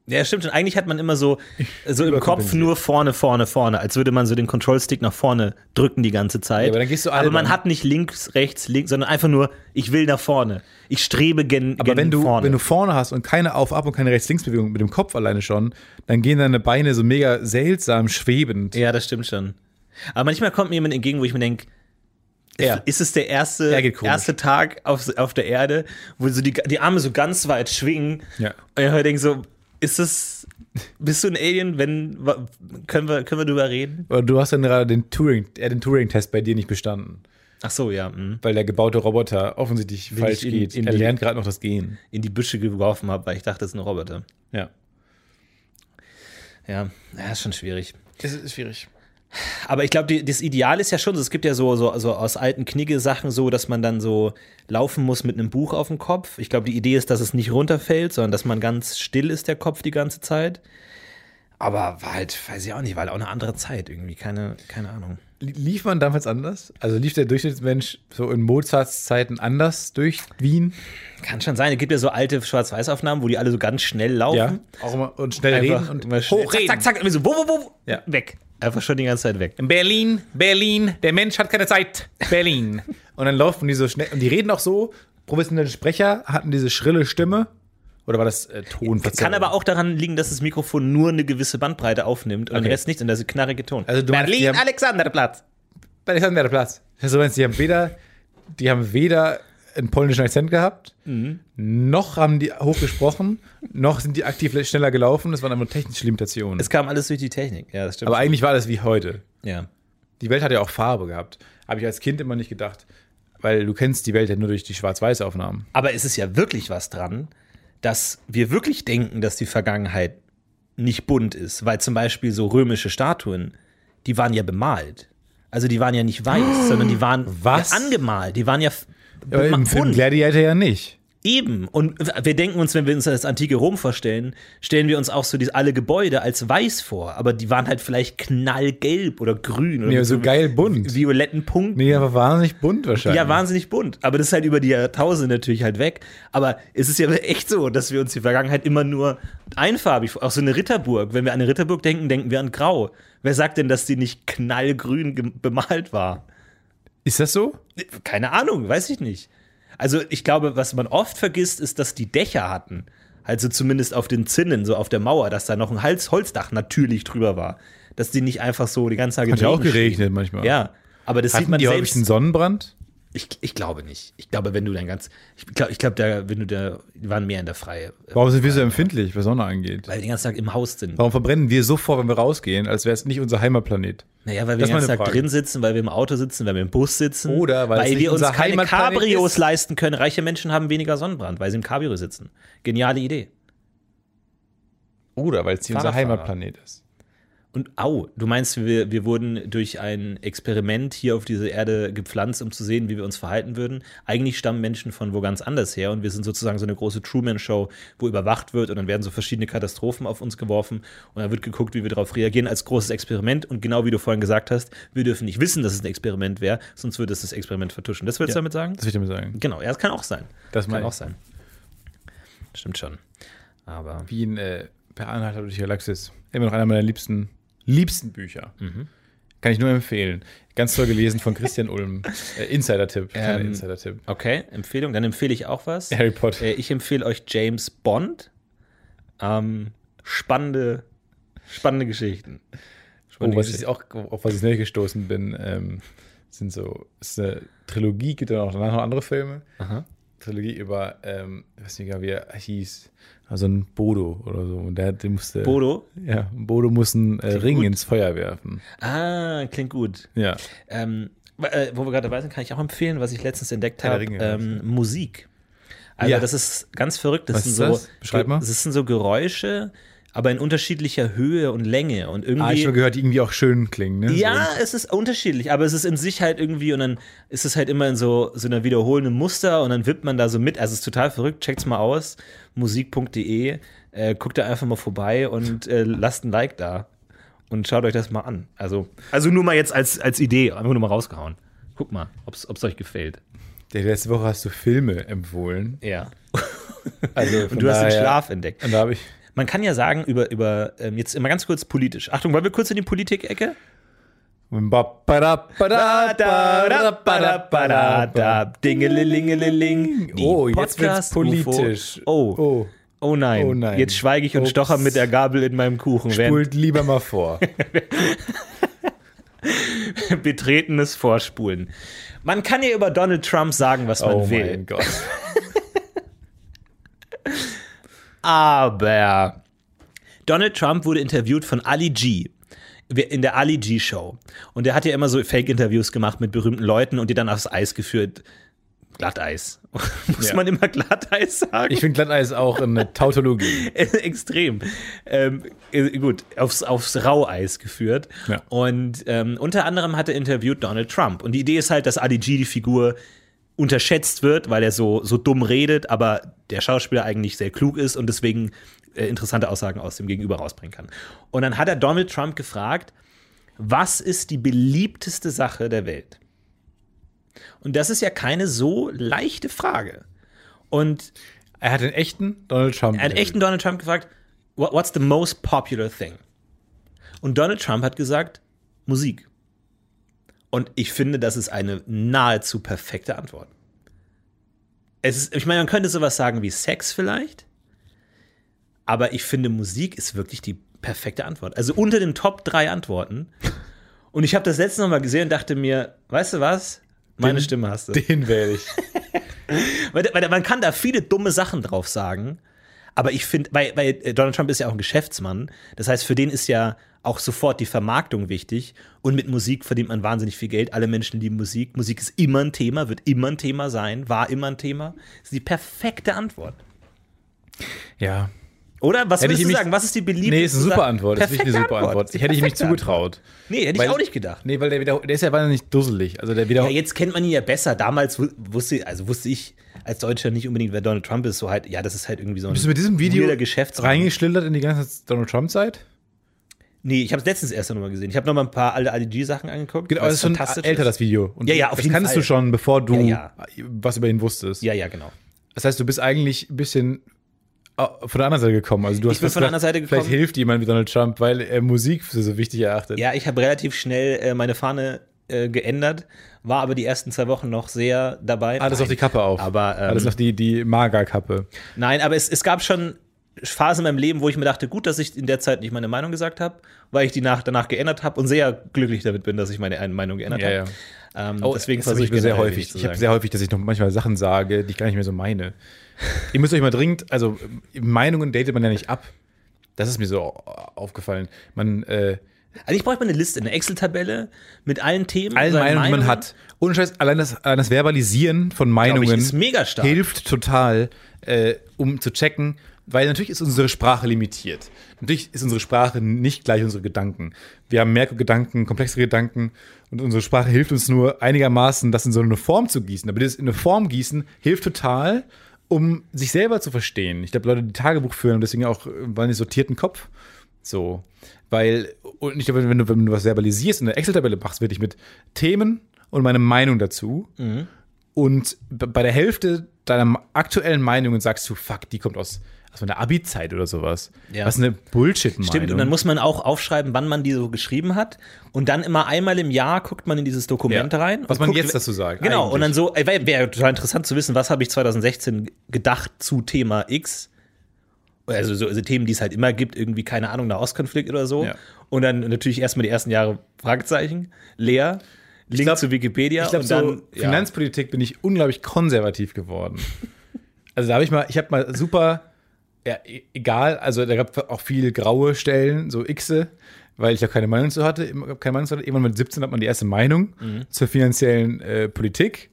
S4: Ja, stimmt schon. Eigentlich hat man immer so, so im Kopf
S6: überkompensiert.
S4: nur vorne, vorne, vorne, als würde man so den Control-Stick nach vorne drücken die ganze Zeit.
S6: Ja, aber dann gehst du
S4: aber man
S6: albern.
S4: hat nicht links, rechts, links, sondern einfach nur, ich will nach vorne. Ich strebe gen,
S6: Aber
S4: gen
S6: wenn du,
S4: vorne.
S6: wenn du vorne hast und keine Auf-Ab- und keine Rechts-Links-Bewegung mit dem Kopf alleine schon, dann gehen deine Beine so mega seltsam schwebend.
S4: Ja, das stimmt schon. Aber manchmal kommt mir jemand entgegen, wo ich mir denke,
S6: Er.
S4: ist es der erste,
S6: Er geht komisch.
S4: erste Tag auf, auf der Erde, wo so die, die Arme so ganz weit schwingen.
S6: Ja.
S4: Und ich denke so, ist es, bist du ein Alien, wenn, wa- können wir, können wir drüber reden?
S6: Oder du hast dann gerade den Turing, er hat den Turing-Test bei dir nicht bestanden,
S4: Ach so, ja, mhm. mh.
S6: weil der gebaute Roboter offensichtlich
S4: Bin
S6: falsch
S4: ich in-
S6: geht.
S4: in
S6: er
S4: die-
S6: lernt gerade noch das Gehen.
S4: in die Büsche geworfen habe, weil ich dachte, das ist ein Roboter.
S6: Ja.
S4: Ja, ja ist schon schwierig.
S6: Es ist schwierig.
S4: Aber ich glaube, die- das Ideal ist ja schon, so, es gibt ja so, so, so aus alten Knigge-Sachen so, dass man dann so laufen muss mit einem Buch auf dem Kopf. Ich glaube, die Idee ist, dass es nicht runterfällt, sondern dass man ganz still ist, der Kopf, die ganze Zeit. Aber war halt, weiß ich auch nicht, war halt auch eine andere Zeit irgendwie, keine, keine Ahnung.
S6: Lief man damals anders? Also lief der Durchschnittsmensch so in Mozarts Zeiten anders durch Wien?
S4: Kann schon sein, es gibt ja so alte Schwarz-Weiß-Aufnahmen, wo die alle so ganz schnell laufen.
S6: Auch immer und schnell
S4: Einfach
S6: reden und
S4: immer schnell.
S6: hochreden.
S4: Zack, zack, zack, immer so, wo, wo, wo,
S6: Ja.
S4: weg. Einfach schon die ganze Zeit weg.
S6: Berlin, Berlin, der Mensch hat keine Zeit. Berlin. und dann laufen die so schnell und die reden auch so. Professionelle Sprecher hatten diese schrille Stimme. Oder war das äh, Tonverzerrung?
S4: Kann aber auch daran liegen, dass das Mikrofon nur eine gewisse Bandbreite aufnimmt und den
S6: Okay.
S4: Rest nicht und das ist knarrige Ton.
S6: Also du meinst, die haben-
S4: Alexanderplatz.
S6: bei Alexander der Platz. Also meinst, du, die haben weder, die haben weder einen polnischen Akzent gehabt, noch haben die hochgesprochen, noch sind die aktiv schneller gelaufen. Das waren einfach technische Limitationen.
S4: Es kam alles durch die Technik. Ja, das stimmt.
S6: aber eigentlich war das wie heute.
S4: ja.
S6: Die Welt hat ja auch Farbe gehabt. Habe ich als Kind immer nicht gedacht. Weil du kennst die Welt ja nur durch die Schwarz-Weiß-Aufnahmen.
S4: aber es ist ja wirklich was dran, dass wir wirklich denken, dass die Vergangenheit nicht bunt ist, weil zum Beispiel so römische Statuen, die waren ja bemalt. Also die waren ja nicht weiß, sondern die waren
S6: Was?
S4: Ja angemalt. Die waren ja f-
S6: Aber im
S4: bunt.
S6: Film Gladiator ja nicht.
S4: Eben. Und wir denken uns, wenn wir uns das antike Rom vorstellen, stellen wir uns auch so diese, alle Gebäude als weiß vor. Aber die waren halt vielleicht knallgelb oder grün oder
S6: Nee,
S4: mit
S6: so geil bunt.
S4: violetten Punkten.
S6: Nee, aber wahnsinnig bunt wahrscheinlich.
S4: Ja, wahnsinnig bunt. Aber das ist halt über die Jahrtausende natürlich halt weg. Aber es ist ja echt so, dass wir uns die Vergangenheit immer nur einfarbig, vor- auch so eine Ritterburg. Wenn wir an eine Ritterburg denken, denken wir an Grau. Wer sagt denn, dass die nicht knallgrün ge- bemalt war?
S6: Ist das so?
S4: Keine Ahnung, weiß ich nicht. Also ich glaube, was man oft vergisst, ist, dass die Dächer hatten. Also zumindest auf den Zinnen, so auf der Mauer, dass da noch ein Hals Holzdach natürlich drüber war. Dass die nicht einfach so die ganze Zeit
S6: Hat ja auch
S4: im Regen stehen.
S6: geregnet manchmal.
S4: Ja. Aber das sieht
S6: Hatten
S4: man
S6: die häufig
S4: selbst.
S6: einen Sonnenbrand?
S4: Ich, ich glaube nicht. Ich glaube, wenn du dein ganz. Ich glaube, ich glaub, da, wenn du da. Die waren mehr in der Freie. äh,
S6: Warum sind wir so empfindlich, was Sonne angeht?
S4: Weil wir den ganzen Tag im Haus sind.
S6: Warum verbrennen wir so vor, wenn wir rausgehen, als wäre es nicht unser Heimatplanet?
S4: Naja, weil wir
S6: Das
S4: den
S6: ist meine
S4: ganzen Tag
S6: Frage.
S4: drin sitzen, weil wir im Auto sitzen, weil wir im Bus sitzen.
S6: Oder weil es nicht
S4: wir uns
S6: unser
S4: keine
S6: Heimatplanet
S4: Cabrios
S6: ist.
S4: leisten können. Reiche Menschen haben weniger Sonnenbrand, weil sie im Cabrio sitzen. Geniale Idee.
S6: Oder weil es nicht unser
S4: Fahrradfahrer.
S6: Heimatplanet ist.
S4: Und au, du meinst, wir, wir wurden durch ein Experiment hier auf diese Erde gepflanzt, um zu sehen, wie wir uns verhalten würden. Eigentlich stammen Menschen von wo ganz anders her und wir sind sozusagen so eine große Truman-Show, wo überwacht wird und dann werden so verschiedene Katastrophen auf uns geworfen und dann wird geguckt, wie wir darauf reagieren als großes Experiment. Und genau wie du vorhin gesagt hast, wir dürfen nicht wissen, dass es ein Experiment wäre, sonst würde es das Experiment vertuschen. Das willst du damit sagen?
S6: Das will ich damit sagen.
S4: Genau, ja, das kann auch sein.
S6: Das
S4: kann
S6: meine
S4: auch
S6: ich.
S4: sein. Stimmt schon. Aber
S6: Wie in äh, Per Anhalter durch die Galaxis. Immer noch einer meiner liebsten, liebsten Bücher.
S4: Mhm.
S6: Kann ich nur empfehlen. Ganz toll gelesen von Christian Ulm. Äh, Insider-Tipp. Kleiner
S4: Ähm,
S6: Insider-Tipp.
S4: okay, Empfehlung, dann empfehle ich auch was.
S6: Harry Potter.
S4: Äh, ich empfehle euch James Bond. Ähm, spannende, spannende Geschichten.
S6: Oh,
S4: Spannende
S6: was
S4: Geschichten.
S6: ich auch, auf was ich neu gestoßen bin, ähm, sind so, ist eine Trilogie, gibt ja noch danach noch andere Filme. Trilogie über, ähm, ich weiß nicht, genau, wie er hieß, also ein Bodo oder so. Und der, der musste.
S4: Bodo?
S6: Ja, und Bodo muss einen äh, Ring ins Feuer werfen.
S4: Ah, klingt gut.
S6: Ja.
S4: Ähm, äh, wo wir gerade dabei sind, kann ich auch empfehlen, was ich letztens entdeckt
S6: Herr
S4: habe:
S6: der Ringe,
S4: ähm, Musik. Also,
S6: Ja.
S4: das ist ganz verrückt. Das
S6: Was
S4: sind
S6: ist
S4: so,
S6: das? Beschreib mal.
S4: Das sind so Geräusche, aber in unterschiedlicher Höhe und Länge. Und irgendwie.
S6: Ah, ich habe gehört, die irgendwie auch schön klingen, ne?
S4: Ja, es ist unterschiedlich, aber es ist in sich halt irgendwie und dann ist es halt immer in so, so einer wiederholenden Muster und dann wippt man da so mit. Also es ist total verrückt, checkt's mal aus. Musik.de, äh, guckt da einfach mal vorbei und äh, lasst ein Like da und schaut euch das mal an. Also, also nur mal jetzt als, als Idee, einfach nur mal rausgehauen. Guck mal, ob's, ob's euch gefällt.
S6: So. Ja, letzte Woche hast du Filme empfohlen.
S4: Ja.
S6: Also
S4: Und du hast den Schlaf entdeckt.
S6: Und da habe ich.
S4: Man kann ja sagen, über, über ähm, jetzt immer ganz kurz politisch. Achtung, wollen wir kurz in die Politik-Ecke? Dingelingelingeling. Die
S6: Oh, jetzt wird's
S4: Podcast-UFO.
S6: politisch.
S4: Oh,
S6: Oh,
S4: oh nein.
S6: Oh nein.
S4: Jetzt schweige ich und
S6: Ups.
S4: stocher mit der Gabel in meinem Kuchen, während
S6: spult lieber mal vor.
S4: betretenes Vorspulen. Man kann ja über Donald Trump sagen, was man
S6: Oh
S4: will.
S6: mein Gott.
S4: Aber Donald Trump wurde interviewt von Ali G. In der Ali G Show. Und der hat ja immer so Fake-Interviews gemacht mit berühmten Leuten und die dann aufs Eis geführt. Glatteis. Muss
S6: Ja.
S4: man immer Glatteis sagen?
S6: Ich finde Glatteis auch eine Tautologie.
S4: extrem. Ähm, äh, gut, aufs, aufs Raueis geführt.
S6: Ja.
S4: Und ähm, unter anderem hat er interviewt Donald Trump. Und die Idee ist halt, dass Ali G, die Figur, unterschätzt wird, weil er so, so dumm redet, aber der Schauspieler eigentlich sehr klug ist und deswegen äh, interessante Aussagen aus dem Gegenüber rausbringen kann. Und dann hat er Donald Trump gefragt, was ist die beliebteste Sache der Welt? Und das ist ja keine so leichte Frage. Und
S6: Er hat den echten Donald Trump.
S4: einen echten Donald Trump gefragt, "What- what's the most popular thing? Und Donald Trump hat gesagt, Musik. Und ich finde, das ist eine nahezu perfekte Antwort. Es ist, ich meine, man könnte sowas sagen wie Sex vielleicht, aber ich finde, Musik ist wirklich die perfekte Antwort. Also unter den Top drei Antworten. Und ich habe das letzte Mal gesehen und dachte mir, weißt du was? Meine Stimme hast du.
S6: Den wähle ich.
S4: Weil, weil man kann da viele dumme Sachen drauf sagen, aber ich finde, weil, weil äh, Donald Trump ist ja auch ein Geschäftsmann, das heißt, für den ist ja auch sofort die Vermarktung wichtig und mit Musik verdient man wahnsinnig viel Geld. Alle Menschen lieben Musik. Musik ist immer ein Thema, wird immer ein Thema sein, war immer ein Thema. Das ist die perfekte Antwort.
S6: Ja.
S4: Oder? Was
S6: Hätte ich
S4: würdest du
S6: mich-
S4: sagen? Was ist die beliebteste?
S6: Nee, ist eine super
S4: Sache?
S6: Antwort. Das ist wirklich eine
S4: Perfekte
S6: super Antwort. Ich hätte ich mich
S4: Perfekte Antwort.
S6: zugetraut.
S4: Nee, hätte
S6: Weil-
S4: ich auch nicht gedacht.
S6: Nee, weil der, wieder, der ist ja wahnsinnig dusselig. Also der wieder.
S4: Ja, jetzt kennt man ihn ja besser. Damals wu- wusste, also wusste ich als Deutscher nicht unbedingt, wer Donald Trump ist. So halt, ja, das ist halt irgendwie so ein
S6: Bist du mit diesem Video
S4: weirder Geschäftsmann.
S6: reingeschlittert in die ganze Donald Trump-Zeit?
S4: Nee, ich habe es letztens erst nochmal gesehen. Ich habe nochmal ein paar alte ADG-Sachen angeguckt.
S6: Genau,
S4: weil es
S6: das ist schon
S4: fantastisch
S6: älter,
S4: ist.
S6: das Video. Und
S4: Ja, ja,
S6: du-
S4: auf
S6: das
S4: jeden
S6: kannst
S4: Fall.
S6: du schon, bevor du
S4: Ja,
S6: was über ihn wusstest.
S4: Ja, ja, genau.
S6: Das heißt, du bist eigentlich ein bisschen äh, von der anderen Seite gekommen. Also du hast
S4: bin
S6: fast
S4: von der anderen Seite gekommen.
S6: Vielleicht hilft jemand wie Donald Trump, weil er Musik für so wichtig erachtet.
S4: Ja, ich habe relativ schnell äh, meine Fahne äh, geändert, war aber die ersten zwei Wochen noch sehr dabei.
S6: Alles
S4: Nein.
S6: auf die Kappe auf.
S4: Aber, ähm,
S6: Alles auf die, die Magerkappe.
S4: Nein, aber es, es gab schon Phase in meinem Leben, wo ich mir dachte, gut, dass ich in der Zeit nicht meine Meinung gesagt habe, weil ich die nach, danach geändert habe und sehr glücklich damit bin, dass ich meine eine Meinung geändert
S6: Ja, Oh,
S4: habe. Ähm, deswegen
S6: das hab
S4: versuche ich
S6: nur sehr
S4: generell
S6: häufig.
S4: zu
S6: Ich habe
S4: sagen.
S6: sehr häufig, dass ich noch manchmal Sachen sage, die ich gar nicht mehr so meine. Ihr müsst euch mal dringend, also Meinungen datet man ja nicht ab. Das ist mir so aufgefallen. Man äh,
S4: Also ich brauche mal eine Liste, eine Excel-Tabelle mit allen Themen,
S6: allen
S4: seinen
S6: Meinungen, die man hat. Ohne Scheiß, allein das, allein das Verbalisieren von
S4: Glaub ich,
S6: Meinungen
S4: ist mega stark.
S6: hilft total, äh, um zu checken, weil natürlich ist unsere Sprache limitiert. Natürlich ist unsere Sprache nicht gleich unsere Gedanken. Wir haben mehr Gedanken, komplexere Gedanken und unsere Sprache hilft uns nur einigermaßen, das in so eine Form zu gießen. Aber das in eine Form gießen hilft total, um sich selber zu verstehen. Ich glaube, Leute, die Tagebuch führen und deswegen auch äh, einen sortierten Kopf. So, weil, und ich glaube, wenn du, wenn du was verbalisierst und eine Excel-Tabelle machst, wirklich mit Themen und meine Meinung dazu.
S4: Mhm.
S6: Und b- bei der Hälfte deiner aktuellen Meinungen sagst du, fuck, die kommt aus, aus meiner Abi-Zeit oder sowas.
S4: Ja.
S6: Was eine Bullshit-Meinung.
S4: Stimmt, und dann muss man auch aufschreiben, wann man die so geschrieben hat. Und dann immer einmal im Jahr guckt man in dieses Dokument
S6: Ja.
S4: rein.
S6: Was
S4: und
S6: man
S4: guckt,
S6: jetzt dazu sagt,
S4: Genau,
S6: eigentlich.
S4: und dann so, wäre wär total interessant zu wissen, was habe ich 2016 gedacht zu Thema X. Also so also Themen, die es halt immer gibt, irgendwie, keine Ahnung, Nahostkonflikt oder so.
S6: Ja.
S4: Und dann natürlich erstmal die ersten Jahre Fragezeichen, leer, Link
S6: glaub-
S4: zu Wikipedia
S6: ich glaube,
S4: und
S6: so
S4: dann ja.
S6: Finanzpolitik bin ich unglaublich konservativ geworden. also da habe ich mal, ich habe mal super, ja, e- egal, also da gab es auch viel graue Stellen, so Xe, weil ich auch keine Meinung zu hatte, immer- keine Meinung zu hatte. Irgendwann mit 17 hat man die erste Meinung
S4: Mhm.
S6: zur finanziellen äh, Politik.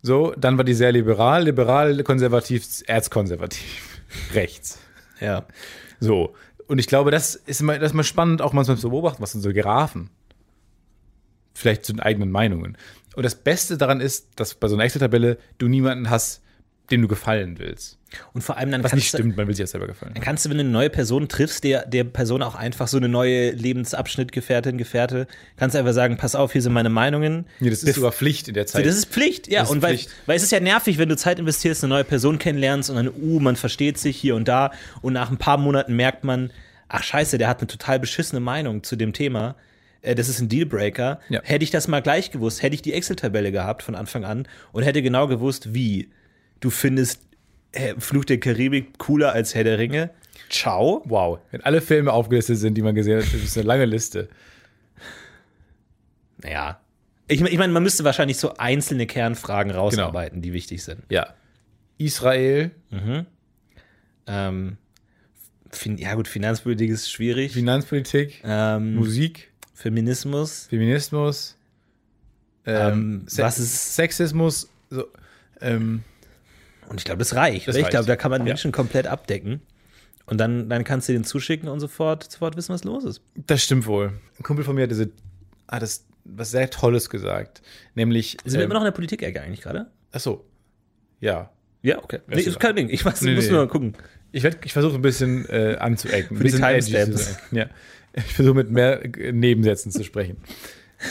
S6: So, dann war die sehr liberal, liberal, konservativ, erzkonservativ, rechts.
S4: ja.
S6: So. Und ich glaube, das ist immer, das ist mal spannend, auch manchmal zu beobachten, was sind so Graphen. Vielleicht zu den eigenen Meinungen. Und das Beste daran ist, dass bei so einer Excel-Tabelle du niemanden hast, dem du gefallen willst.
S4: Und vor allem dann
S6: Was nicht
S4: kannst, du,
S6: stimmt, man will sich ja selber gefallen.
S4: dann kannst du, wenn du eine neue Person triffst, der, der Person auch einfach so eine neue Lebensabschnittgefährtin, Gefährte, kannst du einfach sagen, pass auf, hier sind meine Meinungen.
S6: Nee, das ist sogar Pflicht in der Zeit.
S4: Das ist Pflicht, ja.
S6: Das ist
S4: und weil,
S6: Pflicht.
S4: weil es ist ja nervig, wenn du Zeit investierst, eine neue Person kennenlernst und dann, uh, man versteht sich hier und da. Und nach ein paar Monaten merkt man, ach scheiße, der hat eine total beschissene Meinung zu dem Thema. Äh, Das ist ein Dealbreaker.
S6: Ja.
S4: Hätte ich das mal gleich gewusst, hätte ich die Excel-Tabelle gehabt von Anfang an und hätte genau gewusst, wie. Du findest äh, Fluch der Karibik cooler als Herr der Ringe. Ciao.
S6: wow. Wenn alle Filme aufgelistet sind, die man gesehen hat, das ist eine lange Liste.
S4: Naja. Ich, ich meine, man müsste wahrscheinlich so einzelne Kernfragen
S6: Genau.
S4: rausarbeiten, die wichtig sind.
S6: Ja. Israel,
S4: Ähm, fin ja gut, Finanzpolitik ist schwierig.
S6: Finanzpolitik,
S4: ähm,
S6: Musik,
S4: Feminismus.
S6: Feminismus,
S4: Ähm,
S6: Se-
S4: was ist
S6: Sexismus, so, ähm,
S4: und ich glaube, das reicht.
S6: Das
S4: oder? Ich
S6: reicht.
S4: glaube, da kann man Menschen komplett abdecken. Und dann, dann kannst du den zuschicken und sofort, sofort wissen, was los ist.
S6: Das stimmt wohl. Ein Kumpel von mir hat, diese, hat das was sehr Tolles gesagt. Nämlich.
S4: Sind wir immer noch in der Politik-Ecke eigentlich gerade?
S6: Achso. Ja.
S4: Ja, okay. Nee,
S6: ist
S4: ist kein Ding. Ich weiß,
S6: Nee,
S4: ich muss
S6: nee.
S4: nur gucken.
S6: Ich, werd- ich versuche ein bisschen äh, anzuecken. Für
S4: die
S6: zu
S4: Timestamps.
S6: sein. ja. Ich versuche mit mehr äh, Nebensätzen zu sprechen.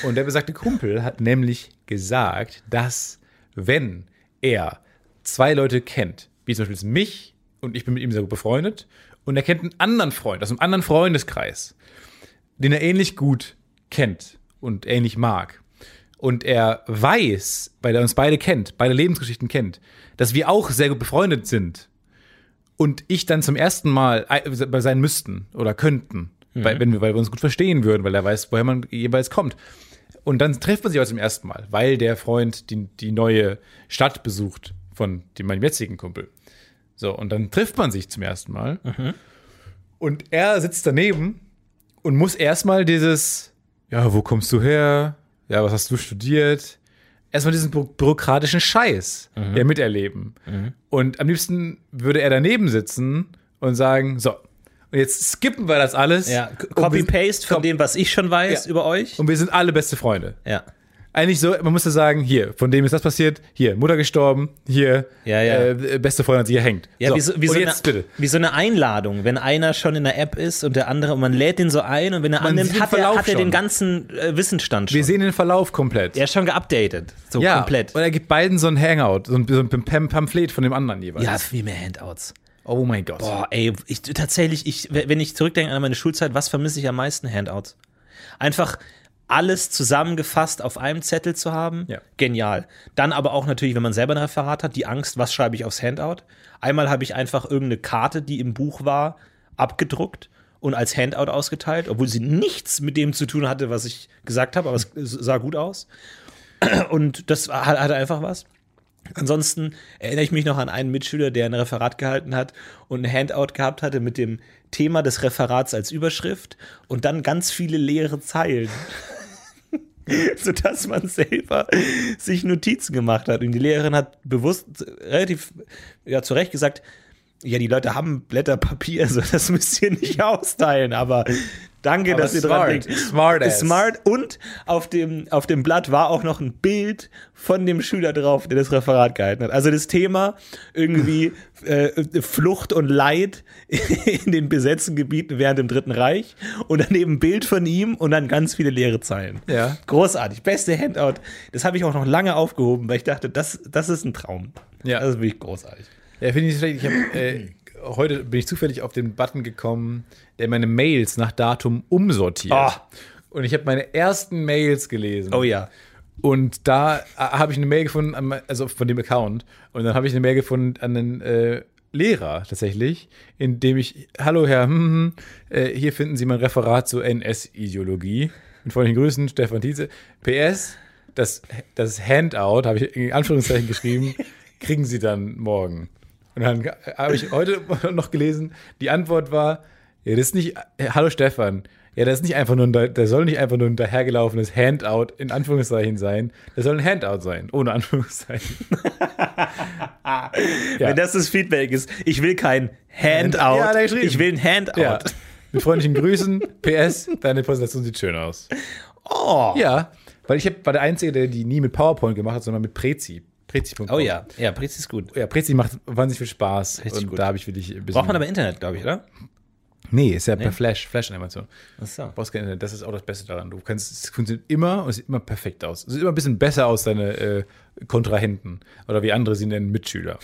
S6: Und der besagte Kumpel hat nämlich gesagt, dass wenn er zwei Leute kennt, wie zum Beispiel jetzt mich und ich bin mit ihm sehr gut befreundet, und er kennt einen anderen Freund aus einem anderen Freundeskreis, den er ähnlich gut kennt und ähnlich mag, und er weiß, weil er uns beide kennt, beide Lebensgeschichten kennt, dass wir auch sehr gut befreundet sind, und ich dann zum ersten Mal ei- bei sein müssten oder könnten, weil, wenn wir, weil wir uns gut verstehen würden, weil er weiß, woher man jeweils kommt. Und dann trifft man sich auch zum ersten Mal, weil der Freund die, die neue Stadt besucht von dem, meinem jetzigen Kumpel. So, und dann trifft man sich zum ersten Mal.
S4: Mhm.
S6: Und er sitzt daneben und muss erstmal dieses, ja, wo kommst du her? Ja, was hast du studiert? Erstmal diesen bü bürokratischen Scheiß
S4: Mhm.
S6: ja, miterleben. Und am liebsten würde er daneben sitzen und sagen, so, und jetzt skippen wir das alles.
S4: Ja,
S6: Und wir-
S4: Copy-Paste von
S6: Cop-
S4: dem, was ich schon weiß
S6: Ja.
S4: über euch.
S6: Und wir sind alle beste Freunde.
S4: Ja.
S6: Eigentlich so, man musste sagen, hier, von dem ist das passiert, hier, Mutter gestorben, hier,
S4: Ja, ja.
S6: Äh, beste Freundin hat sie gehängt.
S4: Ja,
S6: so,
S4: wie, so, wie, so
S6: und jetzt
S4: eine,
S6: bitte.
S4: wie so eine Einladung, wenn einer schon in der App ist und der andere, und man lädt den so ein und wenn er
S6: Man sieht
S4: annimmt,
S6: den
S4: hat er,
S6: Verlauf
S4: hat er den
S6: schon.
S4: ganzen äh, Wissensstand schon.
S6: Wir sehen den Verlauf komplett.
S4: er ist schon geupdatet. So komplett.
S6: Und er gibt beiden so ein Hangout, so ein, so ein Pam- Pamphlet von dem anderen jeweils.
S4: Ja, viel mehr Handouts.
S6: Oh mein Gott.
S4: Boah, ey, ich, tatsächlich, ich, wenn ich zurückdenke an meine Schulzeit, was vermisse ich am meisten? Handouts. Einfach alles zusammengefasst auf einem Zettel zu haben,
S6: Ja.
S4: genial. Dann aber auch natürlich, wenn man selber ein Referat hat, die Angst, was schreibe ich aufs Handout? Einmal habe ich einfach irgendeine Karte, die im Buch war, abgedruckt und als Handout ausgeteilt, obwohl sie nichts mit dem zu tun hatte, was ich gesagt habe, aber es sah gut aus. Und das hat- hatte einfach was. Ansonsten erinnere ich mich noch an einen Mitschüler, der ein Referat gehalten hat und ein Handout gehabt hatte mit dem Thema des Referats als Überschrift und dann ganz viele leere Zeilen. Sodass man selber sich Notizen gemacht hat. Und die Lehrerin hat bewusst relativ ja, zu Recht gesagt: Ja, die Leute haben Blätter Papier, also das müsst ihr nicht austeilen, aber danke,
S6: Aber
S4: dass ihr dran
S6: smart,
S4: denkt.
S6: smartass.
S4: Smart und auf dem, auf dem Blatt war auch noch ein Bild von dem Schüler drauf, der das Referat gehalten hat. Also das Thema irgendwie äh, Flucht und Leid in den besetzten Gebieten während dem Dritten Reich und daneben ein Bild von ihm und dann ganz viele leere Zeilen.
S6: Ja.
S4: Großartig. Beste Handout. Das habe ich auch noch lange aufgehoben, weil ich dachte, das, das ist ein Traum.
S6: Ja.
S4: Das ist wirklich großartig.
S6: Ja, finde ich nicht schlecht. Ich hab, äh, heute bin ich zufällig auf den Button gekommen, der meine Mails nach Datum umsortiert. Und ich habe meine ersten Mails gelesen.
S4: Oh ja.
S6: Und da äh, habe ich eine Mail gefunden, an mein- also von dem Account. Und dann habe ich eine Mail gefunden an einen äh, Lehrer tatsächlich, in dem ich, hallo Herr, hm, hm, äh, hier finden Sie mein Referat zur NS-Ideologie. Mit freundlichen Grüßen, Stefan Tietze. PS, das, das Handout, habe ich in Anführungszeichen geschrieben, kriegen Sie dann morgen. Und dann ga- habe ich heute noch gelesen, die Antwort war, ja, das ist nicht, äh, hallo Stefan, ja, das ist nicht einfach nur ein, da soll nicht einfach nur ein dahergelaufenes Handout in Anführungszeichen sein, das soll ein Handout sein, ohne Anführungszeichen. Ja.
S4: Ah, Wenn das das Feedback ist, ich will kein Handout.
S6: Ja, hat er geschrieben.
S4: ich will ein Handout.
S6: Ja. Mit freundlichen Grüßen, PS, deine Präsentation sieht schön aus. Oh. Ja, weil ich hab, war der Einzige, der die nie mit PowerPoint gemacht hat, sondern mit Prezi. Prezi.com.
S4: Oh ja. Ja, Pritz ist gut.
S6: Ja, Prezi macht wahnsinnig viel Spaß.
S4: Richtig
S6: und
S4: gut.
S6: da habe ich wirklich ein bisschen.
S4: Braucht man aber Internet, glaube ich, oder?
S6: Nee, ist ja per Flash, Flash-Animation.
S4: so.
S6: Brauchst kein Internet, das ist auch das Beste daran. Du kannst, es funktioniert immer und es sieht immer perfekt aus. Es sieht immer ein bisschen besser aus, deine äh, Kontrahenten. Oder wie andere sie nennen, Mitschüler.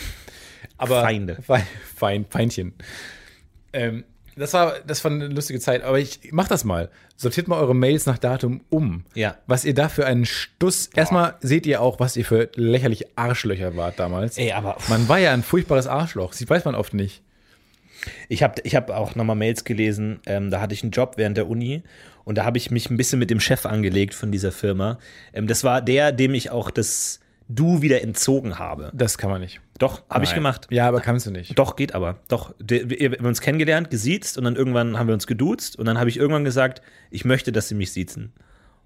S6: Aber
S4: Feinde.
S6: Fe Feind, Feindchen. Ähm, das war, das war eine lustige Zeit, aber ich mach das mal. Sortiert mal eure Mails nach Datum um.
S4: Ja.
S6: Was ihr da für einen Stuss. Erstmal seht ihr auch, was ihr für lächerliche Arschlöcher wart damals.
S4: Ey, aber-
S6: Man war ja ein furchtbares Arschloch. Das weiß man oft nicht.
S4: Ich habe ich hab auch nochmal Mails gelesen, ähm, da hatte ich einen Job während der Uni und da habe ich mich ein bisschen mit dem Chef angelegt von dieser Firma. Ähm, das war der, dem ich auch das Du wieder entzogen habe.
S6: Das kann man nicht.
S4: Doch, habe ich
S6: Nein.
S4: gemacht.
S6: Ja, aber kannst du nicht.
S4: Doch, geht aber. Doch, der, wir, wir haben uns kennengelernt, gesiezt und dann irgendwann haben wir uns geduzt und dann habe ich irgendwann gesagt, ich möchte, dass sie mich siezen.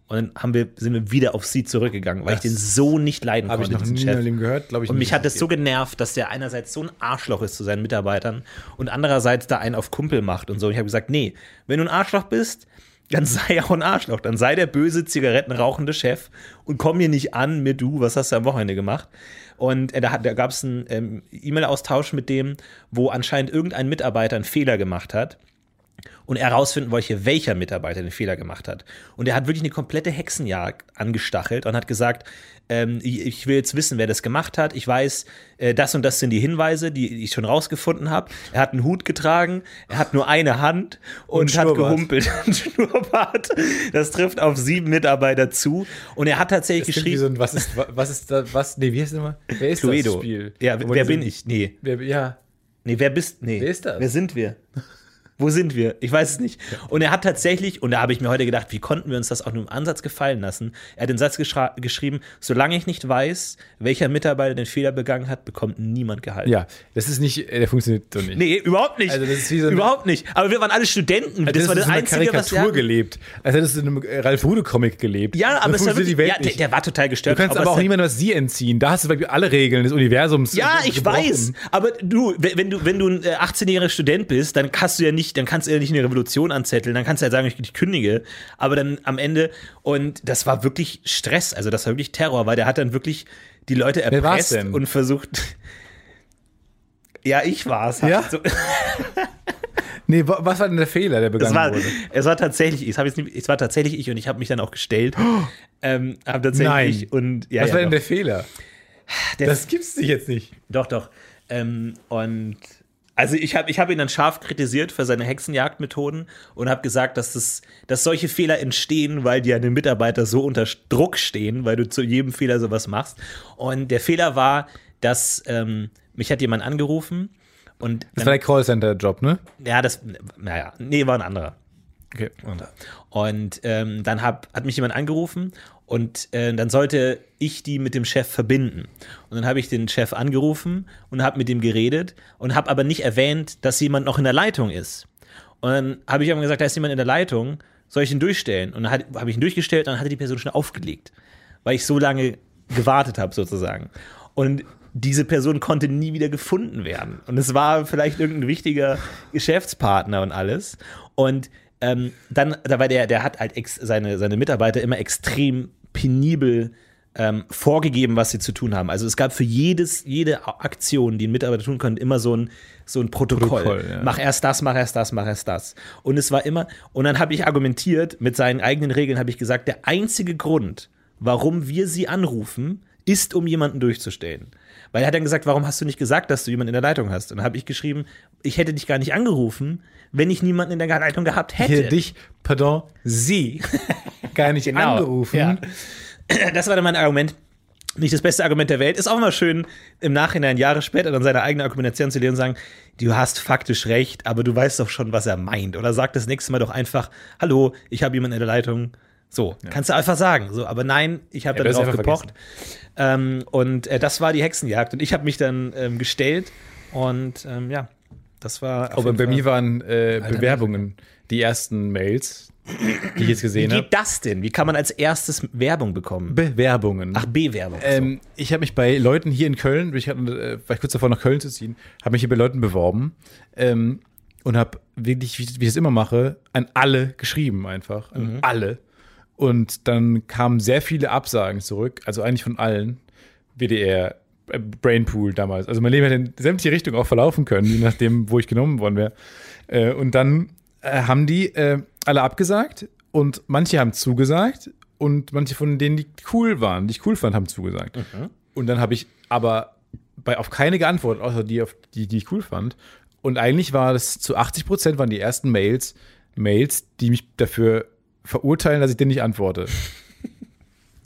S4: Und dann haben wir, sind wir wieder auf sie zurückgegangen, weil ich den so nicht leiden
S6: Habe
S4: konnte.
S6: ich noch
S4: diesen
S6: nie in meinem Leben gehört, glaube ich.
S4: Und
S6: nicht.
S4: mich hat das so genervt, dass der einerseits so ein Arschloch ist zu seinen Mitarbeitern und andererseits da einen auf Kumpel macht und so. Und ich habe gesagt, nee, wenn du ein Arschloch bist, dann sei auch ein Arschloch. Dann sei der böse, zigarettenrauchende Chef und komm mir nicht an mit du, was hast du am Wochenende gemacht? Und äh, da, hat- da gab es einen ähm, E-Mail-Austausch mit dem, wo anscheinend irgendein Mitarbeiter einen Fehler gemacht hat und herausfinden wollte, welcher Mitarbeiter den Fehler gemacht hat. Und er hat wirklich eine komplette Hexenjagd angestachelt und hat gesagt, ähm, ich ich will jetzt wissen, wer das gemacht hat. Ich weiß, äh, das und das sind die Hinweise, die ich schon rausgefunden habe. Er hat einen Hut getragen, er hat nur eine Hand und,
S6: Und
S4: hat
S6: Schnurrbart.
S4: gehumpelt. Ein Schnurrbart. Das trifft auf sieben Mitarbeiter zu. Und er hat tatsächlich
S6: Das klingt wie
S4: geschrieben,
S6: so ein, was ist, was ist da, was, nee, wie heißt das immer? Wer ist das
S4: Cluedo.
S6: Spiel?
S4: Ja, wer
S6: Wo man diesen-
S4: bin ich? Nee.
S6: Wer, ja,
S4: Nee, wer bist nee.
S6: Wer ist das?
S4: Wer sind wir? Wo sind wir? Ich weiß es nicht. Und er hat tatsächlich, und da habe ich mir heute gedacht, wie konnten wir uns das auch nur im Ansatz gefallen lassen? Er hat den Satz geschra- geschrieben: Solange ich nicht weiß, welcher Mitarbeiter den Fehler begangen hat, bekommt niemand Gehalt.
S6: ja, das ist nicht, äh, der funktioniert so nicht.
S4: Nee, überhaupt nicht.
S6: Also das ist wie so eine-
S4: überhaupt nicht. Aber wir waren alle Studenten.
S6: Also
S4: das war
S6: ist
S4: das
S6: so eine
S4: Einzige, was
S6: Karikatur
S4: wir hatten.
S6: gelebt. Als hättest du in einem äh, Ralf-Rude-Comic gelebt.
S4: Ja, aber
S6: so
S4: das war
S6: funktioniert
S4: wirklich,
S6: die Welt
S4: ja, der,
S6: nicht.
S4: der war total
S6: Du
S4: gestört.
S6: kannst aber,
S4: es
S6: auch
S4: hat-
S6: niemandem was sie entziehen. Da hast du zum Beispiel alle Regeln des Universums.
S4: Ja,
S6: äh,
S4: ich
S6: gebrochen.
S4: weiß. Aber du, we- wenn du, wenn du ein äh, 18-jähriger Student bist, dann kannst du ja nicht, dann kannst du ja nicht eine Revolution anzetteln, dann kannst du ja sagen, ich, ich kündige. Aber dann am Ende, und das war wirklich Stress, also das war wirklich Terror, weil der hat dann wirklich die Leute
S6: war's
S4: erpresst
S6: denn?
S4: und versucht. Ja, ich war's. Also,
S6: Ja?
S4: So,
S6: Nee, wa- was war denn der Fehler, der
S4: es,
S6: begangen
S4: war,
S6: wurde?
S4: es war tatsächlich, ich, es, hab jetzt nicht, es war tatsächlich ich und ich habe mich dann auch gestellt. Ähm, hab tatsächlich
S6: Oh! Nein.
S4: ich und ja,
S6: was
S4: ja,
S6: war denn
S4: doch.
S6: der Fehler?
S4: Der-
S6: Das gibt's dich jetzt nicht.
S4: Doch, doch. Ähm, und Also ich habe ich hab ihn dann scharf kritisiert für seine Hexenjagdmethoden und habe gesagt, dass, das, dass solche Fehler entstehen, weil die an den Mitarbeiter so unter Druck stehen, weil du zu jedem Fehler sowas machst. Und der Fehler war, dass ähm, mich hat jemand angerufen und
S6: Das war der Callcenter-Job, ne?
S4: ja, das, naja, nee, war ein anderer.
S6: Okay.
S4: Und ähm, dann hab, hat mich jemand angerufen und äh, dann sollte ich die mit dem Chef verbinden. Und dann habe ich den Chef angerufen und habe mit ihm geredet und habe aber nicht erwähnt, dass jemand noch in der Leitung ist. Und dann habe ich aber gesagt, da ist jemand in der Leitung, soll ich ihn durchstellen? Und dann habe ich ihn durchgestellt und dann hatte die Person schon aufgelegt, weil ich so lange gewartet habe sozusagen. Und diese Person konnte nie wieder gefunden werden. Und es war vielleicht irgendein wichtiger Geschäftspartner und alles. Und ähm, dann, dabei der, der hat halt ex, seine, seine Mitarbeiter immer extrem penibel ähm, vorgegeben, was sie zu tun haben. Also es gab für jedes, jede A- Aktion, die ein Mitarbeiter tun konnte, immer so ein, so ein Protokoll.
S6: Protokoll, ja.
S4: Mach erst das, mach erst das, mach erst das. Und es war immer, und dann habe ich argumentiert, mit seinen eigenen Regeln habe ich gesagt, der einzige Grund, warum wir sie anrufen, ist, um jemanden durchzustellen. Weil er hat dann gesagt, warum hast du nicht gesagt, dass du jemanden in der Leitung hast? Und dann habe ich geschrieben, ich hätte dich gar nicht angerufen, wenn ich niemanden in der Leitung gehabt hätte.
S6: Hier dich, pardon, sie gar nicht angerufen.
S4: ja. das war dann mein Argument. Nicht das beste Argument der Welt. Ist auch immer schön, im Nachhinein, Jahre später, dann seine eigene Argumentation zu lesen und sagen, du hast faktisch recht, aber du weißt doch schon, was er meint. Oder sag das nächste Mal doch einfach, hallo, ich habe jemanden in der Leitung. So, kannst du einfach sagen. So, aber nein, ich habe dann
S6: du hast
S4: drauf
S6: einfach
S4: gepocht. Ähm, und äh, das war die Hexenjagd. Und ich habe mich dann ähm, gestellt. Und ähm, ja, das war. auf
S6: Aber
S4: jeden
S6: bei
S4: Fall-
S6: mir waren äh, Bewerbungen die ersten Mails, die ne? ich jetzt
S4: Wie
S6: gesehen habe.
S4: geht das denn? Wie kann man als erstes Werbung bekommen?
S6: Bewerbungen.
S4: Ach, B-Werbung.
S6: Ähm, ich habe mich bei Leuten hier in Köln, ich hatte, äh, war ich kurz davor nach Köln zu ziehen, habe mich hier bei Leuten beworben ähm, und habe wirklich, wie, ich- wie ich es immer mache, an alle geschrieben einfach, an alle. Und dann kamen sehr viele Absagen zurück, also eigentlich von allen. WDR, äh, Brainpool damals. Also mein Leben hätte in sämtliche Richtungen auch verlaufen können, je nachdem, wo ich genommen worden wäre. Äh, und dann äh, haben die äh, alle abgesagt und manche haben zugesagt und manche von denen, die cool waren, die ich cool fand, haben zugesagt. Und dann habe ich aber bei, auf keine geantwortet, außer die, auf die, die ich cool fand. Und eigentlich war das zu 80 Prozent waren die ersten Mails, Mails, die mich dafür verurteilen, dass ich denen nicht antworte.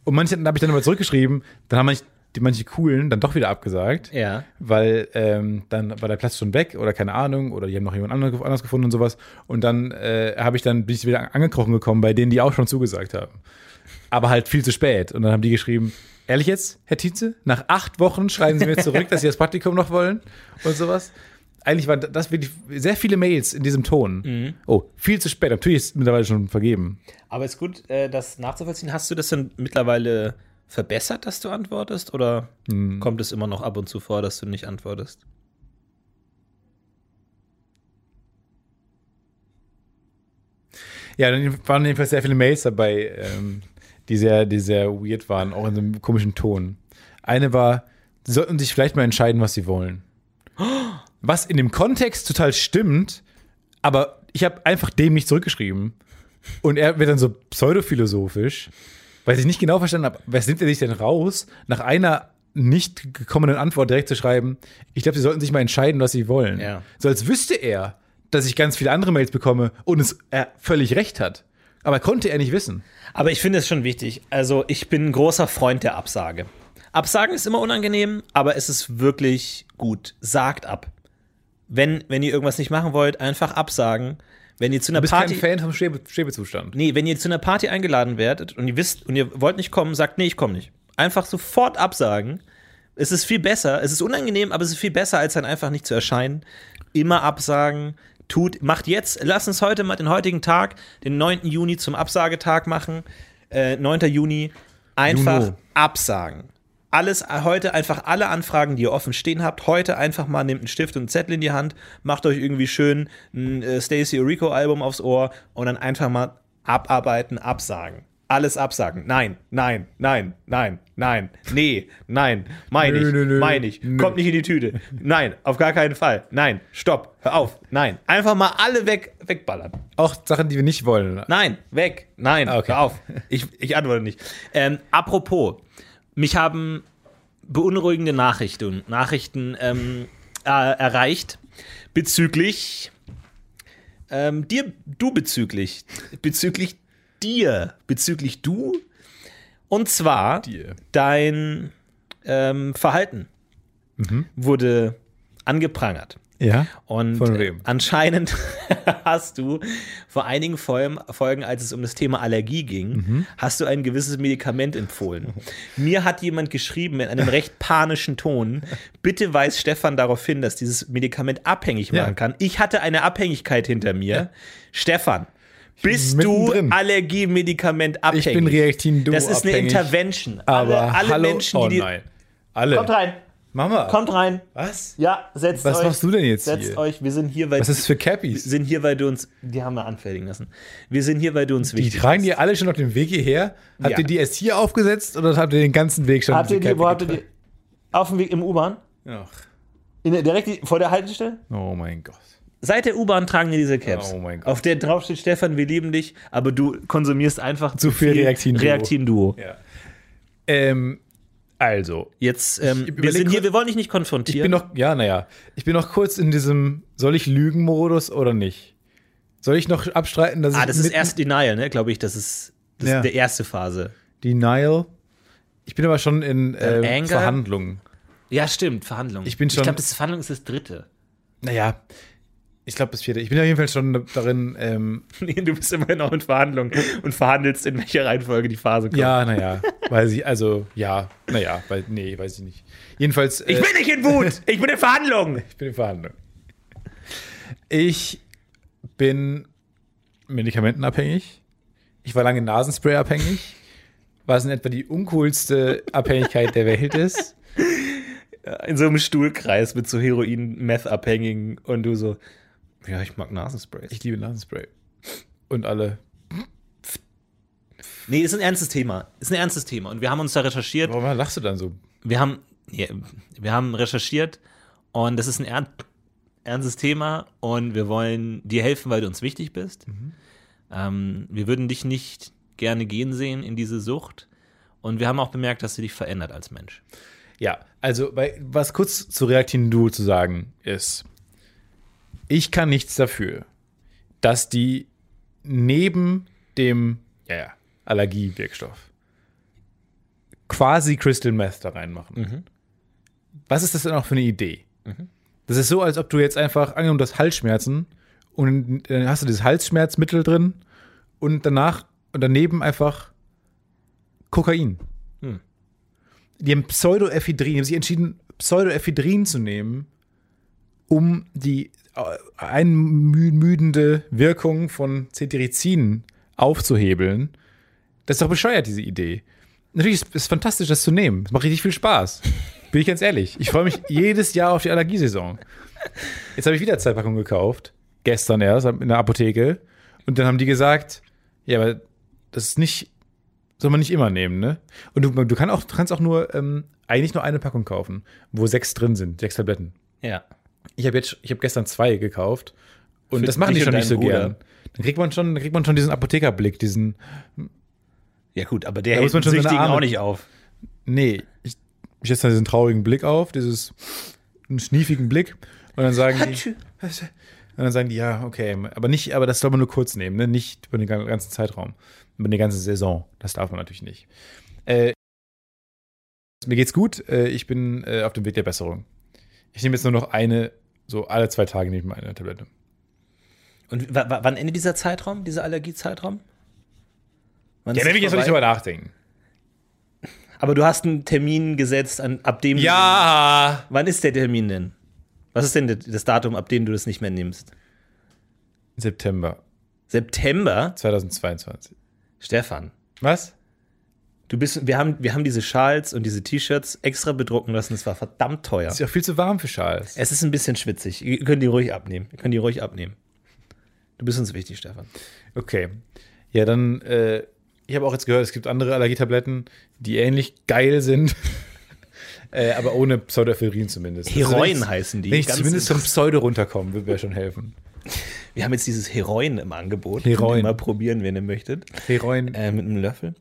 S6: Und manche habe ich dann aber zurückgeschrieben, dann haben manche, die manche coolen dann doch wieder abgesagt
S4: ja.
S6: weil ähm, dann war der Platz schon weg oder keine Ahnung oder die haben noch jemand andere- anders gefunden und sowas. Und dann äh, habe ich dann bin ich wieder angekrochen gekommen bei denen, die auch schon zugesagt haben. Aber halt viel zu spät. Und dann haben die geschrieben, ehrlich jetzt, Herr Tietze, nach acht Wochen schreiben Sie mir zurück, dass Sie das Praktikum noch wollen und sowas. Eigentlich waren das wirklich sehr viele Mails in diesem Ton. Oh, viel zu spät. Natürlich ist es mittlerweile schon vergeben.
S4: Aber ist gut, äh, das nachzuvollziehen. Hast du das denn mittlerweile verbessert, dass du antwortest? Oder
S6: Hm.
S4: kommt es immer noch ab und zu vor, dass du nicht antwortest?
S6: Ja, dann waren jedenfalls sehr viele Mails dabei, ähm, die, sehr, die sehr weird waren, auch in so einem komischen Ton. Eine war, sie sollten sich vielleicht mal entscheiden, was sie wollen. Was in dem Kontext total stimmt, aber ich habe einfach dem nicht zurückgeschrieben. Und er wird dann so pseudophilosophisch, weil ich nicht genau verstanden habe, was nimmt er sich denn raus, nach einer nicht gekommenen Antwort direkt zu schreiben, ich glaube, sie sollten sich mal entscheiden, was sie wollen.
S4: Ja.
S6: So als wüsste er, dass ich ganz viele andere Mails bekomme und es er völlig recht hat. Aber konnte er nicht wissen.
S4: Aber ich finde es schon wichtig. Also, ich bin ein großer Freund der Absage. Absagen ist immer unangenehm, aber es ist wirklich gut. Sagt ab. Wenn, wenn ihr irgendwas nicht machen wollt, einfach absagen. Wenn ihr zu einer
S6: Du bist
S4: Party.
S6: kein Fan vom Schwebe Schwebezustand.
S4: Nee, wenn ihr zu einer Party eingeladen werdet und ihr wisst und ihr wollt nicht kommen, sagt, nee, ich komme nicht. Einfach sofort absagen. Es ist viel besser, es ist unangenehm, aber es ist viel besser, als dann einfach nicht zu erscheinen. Immer absagen. Tut, macht jetzt, lass uns heute mal den heutigen Tag, den 9. Juni zum Absagetag machen. Äh, 9. Juni. Einfach
S6: Juno.
S4: absagen. Alles heute einfach alle Anfragen, die ihr offen stehen habt, heute einfach mal nehmt einen Stift und einen Zettel in die Hand, macht euch irgendwie schön ein äh, Stacey Orico Album aufs Ohr und dann einfach mal abarbeiten, absagen. Alles absagen. Nein, nein, nein, nein, nein, nee, nein, meine ich,
S6: Nö, nö, nö,
S4: meine ich.
S6: nö.
S4: Kommt nicht in die Tüte. Nein, auf gar keinen Fall. Nein, stopp, hör auf. Nein, einfach mal alle weg, wegballern.
S6: Auch Sachen, die wir nicht wollen.
S4: Nein, weg. Nein,
S6: Ah, okay.
S4: hör auf. Ich, ich antworte nicht. Ähm, apropos, mich haben beunruhigende Nachrichten, Nachrichten ähm, äh, erreicht. Bezüglich ähm, dir, du bezüglich, bezüglich dir, bezüglich du und zwar
S6: Dir.
S4: dein ähm, Verhalten
S6: Mhm.
S4: wurde angeprangert.
S6: Ja.
S4: Und
S6: Von wem?
S4: anscheinend hast du vor einigen Folgen, Folgen, als es um das Thema Allergie ging,
S6: Mhm.
S4: hast du ein gewisses Medikament empfohlen. Mir hat jemand geschrieben in einem recht panischen Ton, bitte weist Stefan darauf hin, dass dieses Medikament abhängig
S6: Ja.
S4: machen kann. Ich hatte eine Abhängigkeit hinter mir. Stefan, bist du
S6: mittendrin.
S4: Allergiemedikament abhängig?
S6: Ich bin Reaktin-Du
S4: Das ist eine
S6: abhängig.
S4: Intervention.
S6: Aber
S4: alle alle
S6: hallo,
S4: Menschen, die
S6: oh
S4: dir-
S6: nein. Alle.
S4: Kommt rein,
S6: Mama.
S4: kommt rein.
S6: Was?
S4: Ja, setzt
S6: Was
S4: euch.
S6: machst du denn jetzt
S4: Setzt
S6: hier?
S4: euch, wir sind hier, weil
S6: Was ist das für
S4: wir
S6: Cappies?
S4: sind hier, weil du uns. Die haben wir anfertigen lassen. Wir sind hier, weil du uns
S6: Die
S4: wichtig
S6: tragen die alle schon auf dem Weg hierher. Habt
S4: Ja.
S6: ihr die erst hier aufgesetzt oder habt ihr den ganzen Weg schon
S4: Habt ihr
S6: mit
S4: die,
S6: dem
S4: wo habt ihr
S6: Cappy
S4: die? Auf dem Weg im U-Bahn?
S6: getragen?
S4: In der- Direkt die, vor der Haltestelle?
S6: Ach, oh mein Gott.
S4: Seit der U-Bahn tragen wir diese Caps.
S6: Oh mein Gott.
S4: Auf der drauf steht, Stefan, wir lieben dich, aber du konsumierst einfach
S6: Zu viel Reaktin-Duo.
S4: Reaktin-Duo.
S6: Ähm, also,
S4: Jetzt, ähm,
S6: Ich
S4: wir
S6: überleg
S4: sind hier,
S6: kurz-
S4: wir wollen dich nicht
S6: ich
S4: konfrontieren.
S6: bin noch, ja, naja, ich bin noch kurz in diesem, soll ich lügen Modus oder nicht? Soll ich noch abstreiten, dass
S4: ah,
S6: ich
S4: das ist
S6: mitten-
S4: erst Denial, ne? Glaube ich, das ist, das
S6: Ja.
S4: ist der erste Phase.
S6: Denial? Ich bin aber schon in
S4: Dann
S6: äh,
S4: Anger?
S6: Verhandlungen.
S4: Ja, stimmt, Verhandlung.
S6: Ich bin
S4: Ich
S6: schon-
S4: glaube, das Verhandlung ist das dritte.
S6: Naja, ich glaube das vierte. Ich bin auf jeden Fall schon darin, ähm,
S4: Nee, du bist immer noch in Verhandlung und verhandelst, in welcher Reihenfolge die Phase kommt.
S6: ja, naja, weiß ich, also, ja, naja, weil, nee, weiß ich nicht. Jedenfalls, äh,
S4: Ich bin nicht in Wut, ich bin in Verhandlung.
S6: ich bin in Verhandlung. Ich bin medikamentenabhängig. Ich war lange Nasenspray abhängig, was in etwa die uncoolste Abhängigkeit der Welt ist.
S4: In so einem Stuhlkreis mit so Heroin-Meth-Abhängigen und du so, ja, ich mag Nasensprays.
S6: Ich liebe Nasenspray. Und alle.
S4: Nee, ist ein ernstes Thema. Ist ein ernstes Thema. Und wir haben uns da recherchiert.
S6: Warum lachst du dann so?
S4: Wir haben, nee, wir haben recherchiert und das ist ein ern ernstes Thema und wir wollen dir helfen, weil du uns wichtig bist. Ähm, wir würden dich nicht gerne gehen sehen in diese Sucht. Und wir haben auch bemerkt, dass du dich verändert als Mensch.
S6: Ja, also bei, was kurz zu Reaktin Duo zu sagen ist, ich kann nichts dafür, dass die neben dem ja, ja, Allergiewirkstoff quasi Crystal Meth da reinmachen. Was ist das denn auch für eine Idee? Das ist so, als ob du jetzt einfach angenommen du hast Halsschmerzen und dann hast du dieses Halsschmerzmittel drin und danach und daneben einfach Kokain die haben Pseudoephedrin, die haben sich entschieden, Pseudoephedrin zu nehmen, um die äh, einmüdende Wirkung von Cetirizin aufzuhebeln. Das ist doch bescheuert, diese Idee. Natürlich ist es fantastisch, das zu nehmen. Es macht richtig viel Spaß. Bin ich ganz ehrlich. Ich freue mich jedes Jahr auf die Allergiesaison. Jetzt habe ich wieder zwei Packungen gekauft. Gestern erst in der Apotheke. Und dann haben die gesagt, ja, aber das ist nicht soll man nicht immer nehmen, ne? Und du, du kannst auch, du kannst auch nur, ähm, eigentlich nur eine Packung kaufen, wo sechs drin sind, sechs Tabletten.
S4: Ja.
S6: Ich habe jetzt, ich habe gestern zwei gekauft und
S4: Für
S6: das machen die
S4: dich und
S6: schon nicht so
S4: deinen Bruder.
S6: gern. Dann kriegt man schon, dann kriegt man schon diesen Apothekerblick, diesen,
S4: Ja, gut, aber der
S6: Da
S4: hält
S6: muss man
S4: den
S6: schon seine
S4: Süchtigen
S6: Arme-
S4: auch nicht auf.
S6: nee, ich, ich setze dann diesen traurigen Blick auf, dieses, einen schniefigen Blick und dann sagen die, und dann sagen die, ja, okay, aber nicht, aber das soll man nur kurz nehmen, ne? Nicht über den gan- ganzen Zeitraum, über die ganze Saison. Das darf man natürlich nicht. Äh, mir geht's gut. Äh, ich bin äh, auf dem Weg der Besserung. Ich nehme jetzt nur noch eine, so alle zwei Tage nehme ich mal eine Tablette.
S4: Und wa- wa- wann endet dieser Zeitraum, dieser Allergiezeitraum? Wann
S6: Ja,
S4: ist
S6: nehme
S4: es
S6: ich jetzt noch nicht
S4: vorbei?
S6: drüber nachdenken.
S4: Aber du hast einen Termin gesetzt, an, ab dem.
S6: Ja!
S4: Wann ist der Termin denn? Was ist denn das- das Datum, ab dem du das nicht mehr nimmst?
S6: September
S4: September?
S6: 2022.
S4: Stefan,
S6: Was?
S4: du bist, wir haben, wir haben diese Schals und diese T-Shirts extra bedrucken lassen. Es war verdammt teuer.
S6: Ist ja auch viel zu warm für Schals.
S4: Es ist ein bisschen schwitzig. Ihr könnt die ruhig abnehmen. Ihr könnt die ruhig abnehmen. Du bist uns wichtig, Stefan.
S6: Okay. Ja, dann, äh, ich habe auch jetzt gehört, es gibt andere Allergietabletten, die ähnlich geil sind. äh, aber ohne Pseudoephedrin zumindest.
S4: Heroin
S6: wenn ich-
S4: heißen die,
S6: Wenn ich
S4: ganz
S6: zumindest vom Pseudo runterkomme, würde mir schon helfen.
S4: Wir haben jetzt dieses Heroin im Angebot.
S6: Heroin.
S4: Mal probieren, wenn ihr möchtet.
S6: Heroin.
S4: Äh, mit einem Löffel.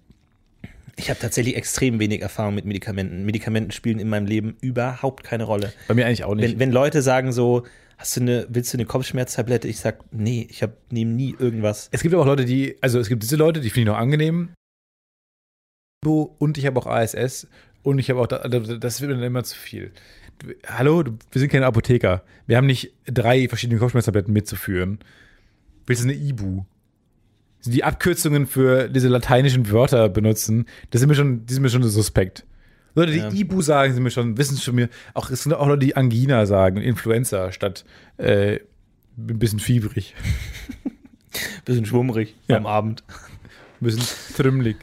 S4: Ich habe tatsächlich extrem wenig Erfahrung mit Medikamenten. Medikamenten spielen in meinem Leben überhaupt keine Rolle.
S6: Bei mir eigentlich auch nicht.
S4: Wenn, wenn Leute sagen so, hast du eine, willst du eine Kopfschmerztablette? Ich sag, nee, ich hab, nehme nie irgendwas.
S6: Es gibt aber auch Leute, die, also es gibt diese Leute, die finde ich noch angenehm. Und ich habe auch ASS und ich habe auch, da- da- das wird mir dann immer zu viel. Du- Hallo, du- wir sind keine Apotheker. Wir haben nicht drei verschiedene Kopfschmerztabletten mitzuführen. Willst du eine Ibu? Die Abkürzungen für diese lateinischen Wörter benutzen, das sind mir schon, die sind mir schon suspekt. Leute, die Ibu sagen, sind mir schon, wissen es schon mir. Auch, es sind auch Leute, die Angina sagen, Influenza statt äh, ein bisschen fiebrig.
S4: Bisschen schwummrig am Abend.
S6: Ein bisschen trümmelig.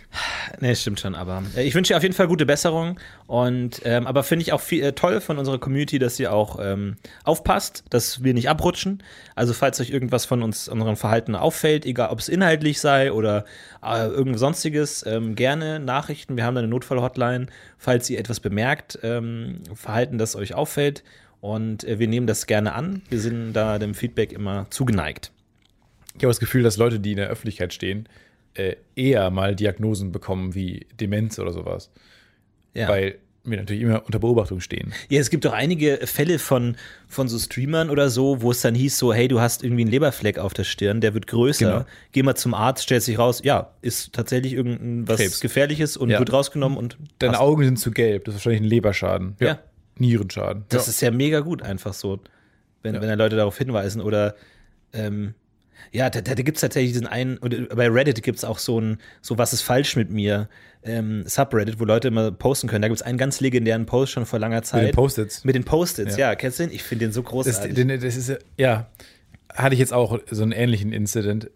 S4: Nee, stimmt schon, aber äh, ich wünsche dir auf jeden Fall gute Besserung und ähm, aber finde ich auch viel, äh, toll von unserer Community, dass ihr auch ähm, aufpasst, dass wir nicht abrutschen. Also falls euch irgendwas von uns unserem Verhalten auffällt, egal ob es inhaltlich sei oder äh, irgend sonstiges, ähm, gerne Nachrichten. Wir haben da eine Notfall-Hotline, falls ihr etwas bemerkt, ähm, Verhalten, das euch auffällt und äh, wir nehmen das gerne an. Wir sind da dem Feedback immer zugeneigt.
S6: Ich habe das Gefühl, dass Leute, die in der Öffentlichkeit stehen, äh, eher mal Diagnosen bekommen wie Demenz oder sowas.
S4: Ja.
S6: Weil wir natürlich immer unter Beobachtung stehen.
S4: Ja, es gibt doch einige Fälle von, von so Streamern oder so, wo es dann hieß so, hey, du hast irgendwie einen Leberfleck auf der Stirn, der wird größer.
S6: Genau.
S4: Geh mal zum Arzt, stellt sich raus, ja, ist tatsächlich irgendein was
S6: Krebs.
S4: Gefährliches und
S6: Ja.
S4: wird rausgenommen und
S6: Deine
S4: passt.
S6: Augen sind zu gelb, das ist wahrscheinlich ein Leberschaden.
S4: Ja.
S6: Nierenschaden.
S4: Das
S6: ja.
S4: ist ja mega gut einfach so, wenn, wenn da Leute darauf hinweisen oder ähm, ja, da, da, da gibt es tatsächlich diesen einen, oder bei Reddit gibt es auch so ein, so was ist falsch mit mir, ähm, Subreddit, wo Leute immer posten können. Da gibt es einen ganz legendären Post schon vor langer Zeit.
S6: mit den Post-its.
S4: Mit den Post-its, ja.
S6: Ja.
S4: kennst du den? Ich finde den so
S6: Das,
S4: großartig.
S6: den- das ist, ja, hatte ich jetzt auch so einen ähnlichen Incident,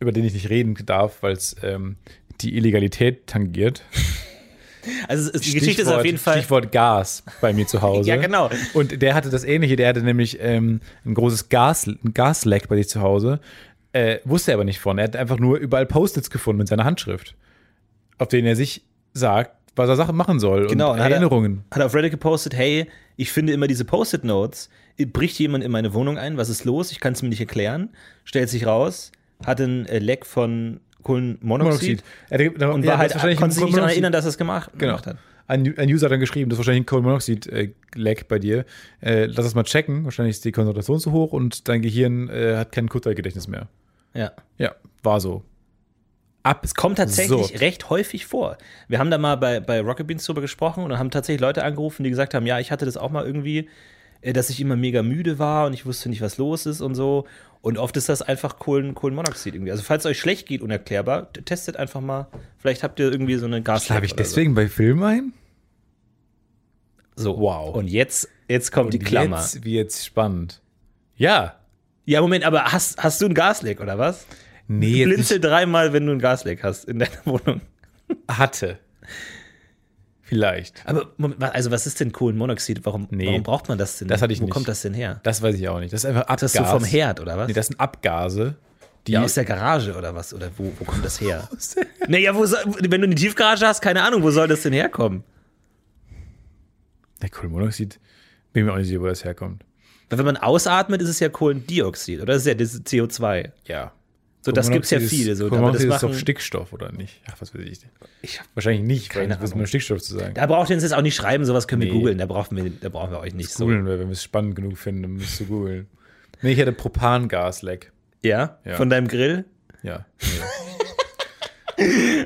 S6: über den ich nicht reden darf, weil es ähm, die Illegalität tangiert.
S4: Also es- die Geschichte ist auf jeden Fall.
S6: Stichwort Gas bei mir zu Hause.
S4: Ja, genau.
S6: Und der hatte das Ähnliche, der hatte nämlich ähm, ein großes Gas, ein Gasleck bei sich zu Hause. Äh, wusste er aber nicht von. Er hat einfach nur überall Post-its gefunden mit seiner Handschrift, auf denen er sich sagt, was er Sachen machen soll
S4: Genau,
S6: und
S4: dann hat er-
S6: Erinnerungen.
S4: Hat auf Reddit gepostet, hey, ich finde immer diese Post-it-Notes. Bricht jemand in meine Wohnung ein? Was ist los? Ich kann es mir nicht erklären. Stellt sich raus, hat ein äh, Leck von Kohlenmonoxid
S6: Er hat,
S4: und
S6: ja,
S4: war halt,
S6: das wahrscheinlich
S4: konnte sich nicht daran
S6: Kohlenmonoxid.
S4: erinnern, dass er es gemacht,
S6: Genau.
S4: gemacht hat.
S6: Ein, ein User hat dann geschrieben, das ist wahrscheinlich ein Kohlenmonoxid-Lag bei dir. Äh, lass das mal checken. Wahrscheinlich ist die Konzentration zu hoch und dein Gehirn äh, hat kein Kurzzeitgedächtnis mehr.
S4: Ja.
S6: Ja, war so. Ab
S4: Es kommt tatsächlich
S6: So.
S4: recht häufig vor. Wir haben da mal bei, bei Rocket Beans drüber gesprochen und dann haben tatsächlich Leute angerufen, die gesagt haben, ja, ich hatte das auch mal irgendwie, äh, dass ich immer mega müde war und ich wusste nicht, was los ist und so. Und oft ist das einfach Kohlen, Kohlenmonoxid irgendwie. Also falls euch schlecht geht, unerklärbar, t- testet einfach mal. Vielleicht habt ihr irgendwie so eine Gas.
S6: Schlafe ich deswegen bei Filmen ein?
S4: So. so.
S6: Wow.
S4: Und jetzt, jetzt kommt die Klammer.
S6: Jetzt wird's spannend. Ja.
S4: Ja, Moment, aber hast, hast du ein Gasleck oder was?
S6: Nee, jetzt
S4: Blinzel
S6: nicht
S4: dreimal, wenn du ein Gasleck hast in deiner Wohnung.
S6: hatte. Vielleicht.
S4: Aber Moment, wa- also was ist denn Kohlenmonoxid? Warum,
S6: Nee.
S4: warum braucht man das denn?
S6: Das hatte ich
S4: Wo
S6: nicht.
S4: kommt das denn her?
S6: Das weiß ich auch nicht. Das ist einfach
S4: Das
S6: Abgas.
S4: so vom Herd oder was?
S6: Nee, das sind Abgase. Die
S4: ja, aus der Garage oder was? Oder wo, wo kommt das her? naja, wo soll, wenn du eine Tiefgarage hast, keine Ahnung, wo soll das denn herkommen?
S6: der Kohlenmonoxid. Bin mir auch nicht sicher, wo das herkommt.
S4: Weil wenn man ausatmet, ist es ja Kohlendioxid oder? Das ist ja das CO2.
S6: Ja.
S4: So, das gibt's ja viele. So, aber das
S6: Kohlenmonoxid ist
S4: machen,
S6: doch Stickstoff, oder nicht? Ach, was weiß ich.
S4: ich,
S6: Wahrscheinlich nicht,
S4: Keine
S6: weil das ist
S4: Ahnung.
S6: nur Stickstoff zu sagen.
S4: da braucht ihr uns jetzt auch nicht schreiben, sowas können wir
S6: Nee.
S4: googeln. Da brauchen wir, da brauchen wir euch nicht so.
S6: Googeln, weil wenn wir es spannend genug finden, um es zu googeln. Nee, ich hatte Propangasleck.
S4: Ja?
S6: Ja.
S4: Von deinem Grill?
S6: Ja. Nee.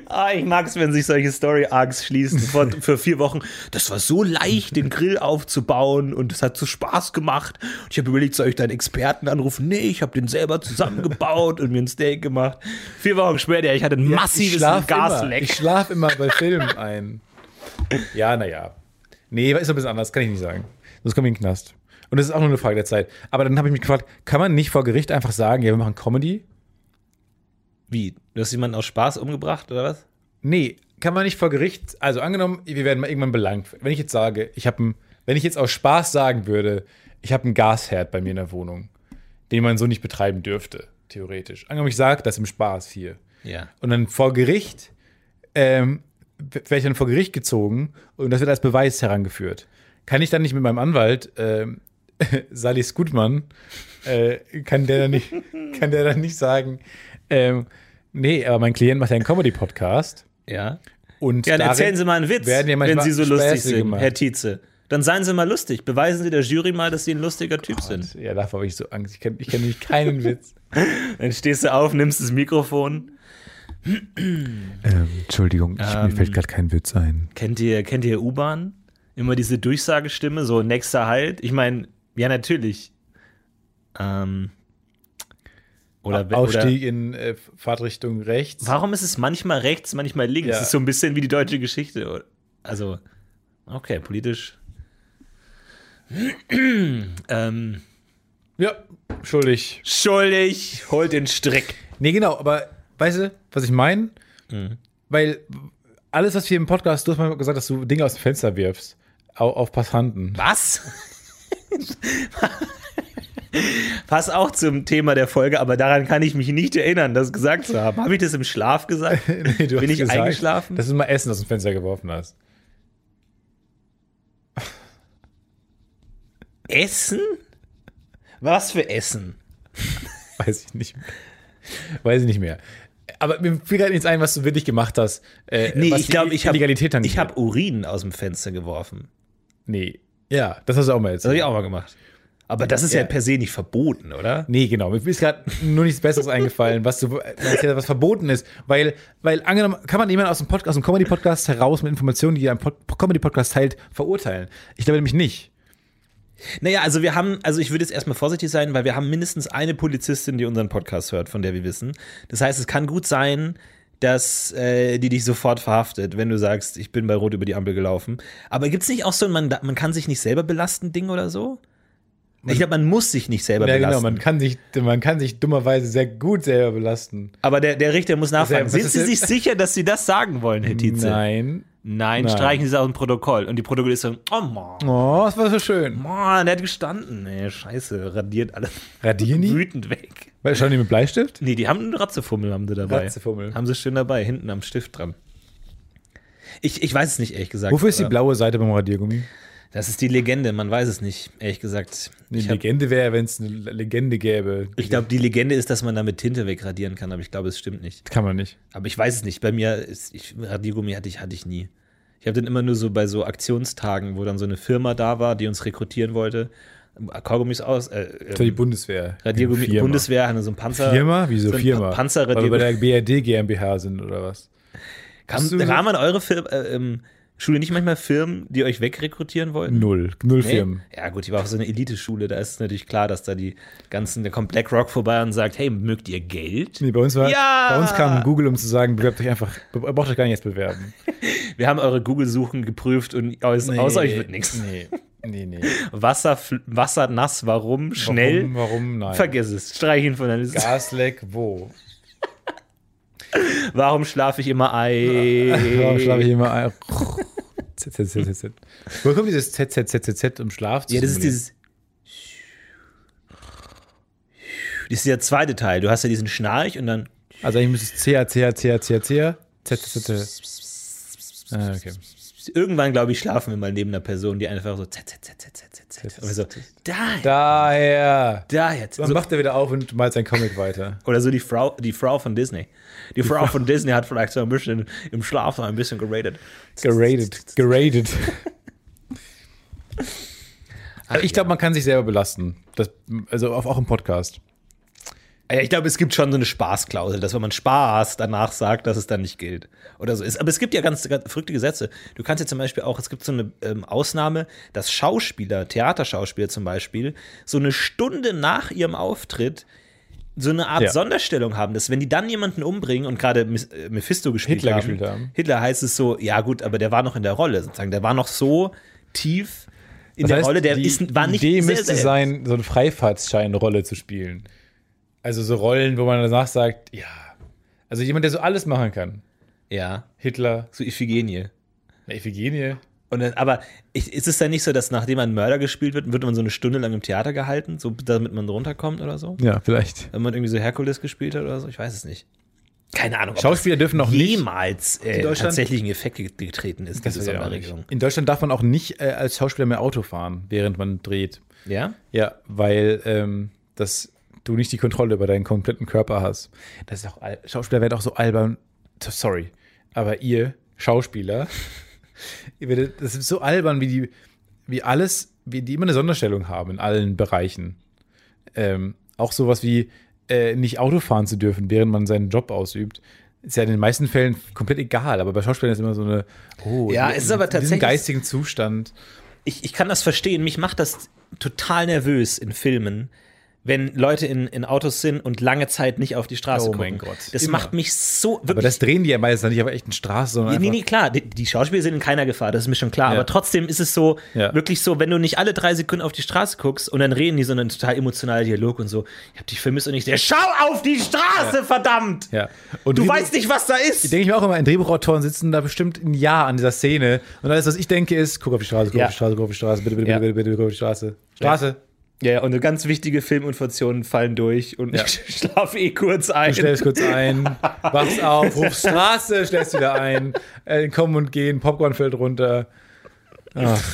S4: Ah, ich mag's, wenn sich solche Story-Arcs schließen vor, für vier Wochen. Das war so leicht, den Grill aufzubauen und es hat so Spaß gemacht. Ich habe überlegt, soll ich da einen Experten anrufen? Nee, ich habe den selber zusammengebaut und mir ein Steak gemacht. Vier Wochen später, ja, ich hatte ein
S6: Ich
S4: massives
S6: schlaf
S4: Gasleck.
S6: Immer. Ich schlaf immer bei Filmen ein. Ja, naja. Nee, ist ein bisschen anders, kann ich nicht sagen. Sonst kommen wir in den Knast. Und das ist auch nur eine Frage der Zeit. Aber dann habe ich mich gefragt, kann man nicht vor Gericht einfach sagen, ja, wir machen Comedy?
S4: Wie? Du hast jemanden aus Spaß umgebracht oder was?
S6: Nee, kann man nicht vor Gericht, also angenommen, wir werden mal irgendwann belangt. Wenn ich jetzt sage, ich habe ein, wenn ich jetzt aus Spaß sagen würde, ich habe einen Gasherd bei mir in der Wohnung, den man so nicht betreiben dürfte, theoretisch. Angenommen, ich sage das im Spaß hier.
S4: Ja.
S6: Und dann vor Gericht, ähm, werde ich dann vor Gericht gezogen und das wird als Beweis herangeführt. Kann ich dann nicht mit meinem Anwalt, ähm, Salis Gutmann, äh, kann, der dann nicht, kann der dann nicht sagen, ähm, nee, aber mein Klient macht ja einen Comedy-Podcast
S4: Ja.
S6: und
S4: Ja, dann
S6: darin
S4: erzählen Sie mal einen Witz,
S6: werden ja
S4: wenn
S6: manchmal
S4: Sie so lustig
S6: Späße
S4: sind,
S6: gemacht.
S4: Herr Tietze. Dann seien Sie mal lustig. Beweisen Sie der Jury mal, dass Sie ein lustiger Typ
S6: Oh
S4: sind.
S6: Ja, davor habe ich so Angst. Ich kenne ich kenn nämlich keinen Witz.
S4: Dann stehst du auf, nimmst das Mikrofon.
S6: Ähm, Entschuldigung,
S4: Ähm,
S6: mir fällt gerade kein Witz ein.
S4: Kennt ihr, kennt ihr U-Bahn? Immer diese Durchsagestimme, so nächster Halt. Ich meine, ja, natürlich. Ähm, oder, oder
S6: Ausstieg in äh, Fahrtrichtung rechts.
S4: warum ist es manchmal rechts, manchmal links?
S6: Ja.
S4: Es ist so ein bisschen wie die deutsche Geschichte. oder? Also, okay, politisch. ähm,
S6: Ja, schuldig.
S4: Schuldig, holt den Strick.
S6: Nee, genau, aber weißt du, was ich meine?
S4: Mhm.
S6: Weil alles, was wir im Podcast, du hast mal gesagt, dass du Dinge aus dem Fenster wirfst. Auf, auf Passanten.
S4: Was? Passt auch zum Thema der Folge, aber daran kann ich mich nicht erinnern, das gesagt zu haben. Habe ich das im Schlaf gesagt?
S6: Nee, du
S4: Bin ich
S6: gesagt,
S4: eingeschlafen?
S6: Dass du mal Essen aus dem Fenster geworfen hast.
S4: Essen? Was für Essen?
S6: Weiß ich nicht mehr. Weiß ich nicht mehr. Aber mir fiel gerade nichts ein, was du wirklich gemacht hast. Äh,
S4: Nee,
S6: was
S4: ich
S6: die
S4: glaube, ich habe
S6: Legalität dann
S4: ich habe Urin aus dem Fenster geworfen.
S6: Nee. Ja, das hast du auch mal
S4: Das habe
S6: erzählt.
S4: ich auch mal gemacht. Aber das ist ja,
S6: Ja.
S4: per se nicht verboten, oder?
S6: Nee, genau. Mir ist gerade nur nichts Besseres eingefallen, was, du, erzählt hast, was verboten ist. Weil, weil angenommen, kann man jemanden aus dem, Podcast, aus dem Comedy-Podcast heraus mit Informationen, die er im Pod Comedy-Podcast teilt, verurteilen? Ich glaube nämlich nicht.
S4: Naja, also wir haben, also ich würde jetzt erstmal vorsichtig sein, weil wir haben mindestens eine Polizistin, die unseren Podcast hört, von der wir wissen. Das heißt, es kann gut sein, dass äh, die dich sofort verhaftet, wenn du sagst, ich bin bei Rot über die Ampel gelaufen. Aber gibt es nicht auch so ein, man, man kann sich nicht selber belasten, Ding oder so? Ich glaube, man muss sich nicht selber
S6: Ja, genau.
S4: belasten.
S6: Man kann, sich, man kann sich dummerweise sehr gut selber belasten.
S4: Aber der, der Richter muss nachfragen.
S6: was
S4: Sind
S6: ist
S4: Sie
S6: denn-
S4: sich sicher, dass Sie das sagen wollen, Herr Tietze?
S6: Nein.
S4: Nein,
S6: Nein.
S4: streichen Sie es aus dem Protokoll. Und die Protokollistin, oh Mann,
S6: Oh, das war so schön.
S4: Mann, der hat gestanden. Ey, scheiße, radiert alles
S6: Radieren die?
S4: wütend weg.
S6: Weil- Schauen die mit Bleistift?
S4: Nee, die haben einen Ratzefummel haben sie dabei.
S6: Ratzefummel.
S4: Haben sie schön dabei, hinten am Stift dran. Ich, ich weiß es nicht, ehrlich gesagt.
S6: Wofür ist die
S4: aber
S6: blaue Seite beim Radiergummi?
S4: Das ist die Legende, man weiß es nicht, ehrlich gesagt.
S6: Eine
S4: ich hab-
S6: Legende wäre, wenn es eine Legende gäbe.
S4: ich glaube, die Legende ist, dass man damit Tinte wegradieren kann, aber ich glaube, es stimmt nicht.
S6: kann man nicht.
S4: Aber ich weiß es nicht. Bei mir, ist, ich, Radiergummi hatte ich, hatte ich nie. Ich habe dann immer nur so bei so Aktionstagen, wo dann so eine Firma da war, die uns rekrutieren wollte. Kaugummis aus. Äh,
S6: Das war die
S4: ähm,
S6: Bundeswehr.
S4: Radiergummi,
S6: Firma.
S4: Bundeswehr, hatte so ein Panzer.
S6: Firma? Wieso
S4: so ein
S6: Firma?
S4: Pa-
S6: Weil wir bei
S4: Panzerradiergummi.
S6: der BRD GmbH sind oder was?
S4: Kam,
S6: Hast du-
S4: kam an eure Fir äh, ähm, Schule nicht manchmal Firmen, die euch wegrekrutieren wollten?
S6: Null. Null
S4: Nee?
S6: Firmen.
S4: Ja, gut, ich war auf so eine Elite-Schule, da ist es natürlich klar, dass da die ganzen, da kommt BlackRock vorbei und sagt, hey, mögt ihr Geld?
S6: Nee, bei uns war,
S4: Ja!
S6: bei uns kam Google, um zu sagen, bewerbt euch einfach, be- braucht euch gar nicht erst bewerben.
S4: Wir haben eure Google-Suchen geprüft und aus, aus euch wird nichts.
S6: Nee, nee, nee.
S4: Wasser, fl- Wasser nass, warum? Schnell?
S6: Warum, warum nein?
S4: Vergiss es, streich ihn von deiner Liste.
S6: Gasleck, wo?
S4: Warum schlafe ich immer ein?
S6: Warum schlafe ich immer ein? ZZZZ. Wo kommt dieses ZZZZ um Schlaf zu
S4: Ja, das ist
S6: simulieren?
S4: dieses. Das ist der zweite Teil. Du hast ja diesen Schnarch und dann.
S6: Also eigentlich müsste es CA, CA, CA, CA, CA, ZZZ. Ah, okay.
S4: Irgendwann, glaube ich, schlafen wir mal neben einer Person, die einfach so. zett, zett, zett, zett, zett, zett. Und wir so da, da,
S6: Daher.
S4: da jetzt.
S6: Dann
S4: So,
S6: macht er wieder auf und malt sein Comic weiter.
S4: oder so die Frau, die Frau von Disney. Die Frau von Disney hat vielleicht so ein bisschen im Schlaf so ein bisschen geradet.
S6: Geradet. Geradet. Aber Also ich glaube, man kann sich selber belasten. Das, also auch auch im Podcast.
S4: Ah Ja, ich glaube, es gibt schon so eine Spaßklausel, dass wenn man Spaß danach sagt, dass es dann nicht gilt. Oder so ist. Aber es gibt ja ganz, ganz verrückte Gesetze. Du kannst ja zum Beispiel auch, es gibt so eine ähm, Ausnahme, dass Schauspieler, Theaterschauspieler zum Beispiel, so eine Stunde nach ihrem Auftritt so eine Art
S6: Ja.
S4: Sonderstellung haben, dass wenn die dann jemanden umbringen und gerade Mis- äh, Mephisto gespielt
S6: Hitler
S4: haben,
S6: gespielt haben.
S4: Hitler heißt es so, ja gut, aber der war noch in der Rolle sozusagen, der war noch so tief in
S6: Das
S4: der
S6: heißt,
S4: Rolle, der
S6: die
S4: ist, war nicht
S6: Idee
S4: sehr,
S6: müsste
S4: sehr-
S6: sein, so eine Freifahrtscheinrolle zu spielen. Also so Rollen, wo man danach sagt, ja. Also jemand, der so alles machen kann.
S4: ja,
S6: Hitler,
S4: so Iphigenie.
S6: Iphigenie.
S4: Und dann, aber ich, ist es dann nicht so, dass nachdem ein Mörder gespielt wird, wird man so eine Stunde lang im Theater gehalten, so, damit man runterkommt oder so?
S6: Ja, vielleicht.
S4: Wenn man irgendwie so Herkules gespielt hat oder so? Ich weiß es nicht. Keine Ahnung, ob
S6: Schauspieler dürfen auch
S4: das
S6: nicht.
S4: jemals äh,
S6: Deutschland-
S4: tatsächlich in Effekt get- getreten ist, diese Sonderregelung.
S6: In Deutschland darf man auch nicht äh, als Schauspieler mehr Auto fahren, während man dreht.
S4: Ja?
S6: Ja, weil ähm, das, du nicht die Kontrolle über deinen kompletten Körper hast. Das ist auch al- Schauspieler werden auch so albern. T- Sorry, aber ihr Schauspieler, ihr werdet, das ist so albern, wie die wie alles, wie die immer eine Sonderstellung haben in allen Bereichen. Ähm, auch sowas wie äh, nicht Auto fahren zu dürfen, während man seinen Job ausübt. Ist ja in den meisten Fällen komplett egal, aber bei Schauspielern ist immer so eine, oh,
S4: Ja,
S6: in-
S4: es ist aber
S6: in diesem
S4: tatsächlich-
S6: geistigen Zustand.
S4: ich, ich kann das verstehen. Mich macht das total nervös in Filmen, wenn Leute in, in Autos sind und lange Zeit nicht auf die Straße
S6: Oh
S4: gucken.
S6: mein Gott,
S4: Das
S6: immer.
S4: macht mich so wirklich.
S6: Aber das drehen die ja meistens nicht auf echten Straßen, sondern
S4: Ja, nee,
S6: einfach,
S4: nee, klar, die, die Schauspieler sind in keiner Gefahr, das ist mir schon klar.
S6: Ja.
S4: Aber trotzdem ist es so,
S6: Ja.
S4: wirklich so, wenn du nicht alle drei Sekunden auf die Straße guckst und dann reden die so einen total emotionalen Dialog und so, ich hab dich vermisst und ich der Schau auf die Straße, verdammt!
S6: Ja. Und
S4: Du
S6: Drehbuch-
S4: weißt nicht, was da ist!
S6: Denke ich mir auch immer, ein Drehbuchautoren sitzen da bestimmt ein Jahr an dieser Szene. Und alles, was ich denke, ist, guck auf die Straße, guck
S4: Ja.
S6: auf die Straße, guck auf die Straße, bitte, bitte,
S4: Ja.
S6: bitte, bitte, bitte, guck auf die Straße. Straße.
S4: Ja, ja, und ganz wichtige Filminformationen fallen durch und
S6: Ja.
S4: ich schlaf eh kurz ein.
S6: Du stellst kurz ein, wachst auf, rufst Straße, stellst wieder ein, äh, kommen und gehen, Popcorn fällt runter. Ach,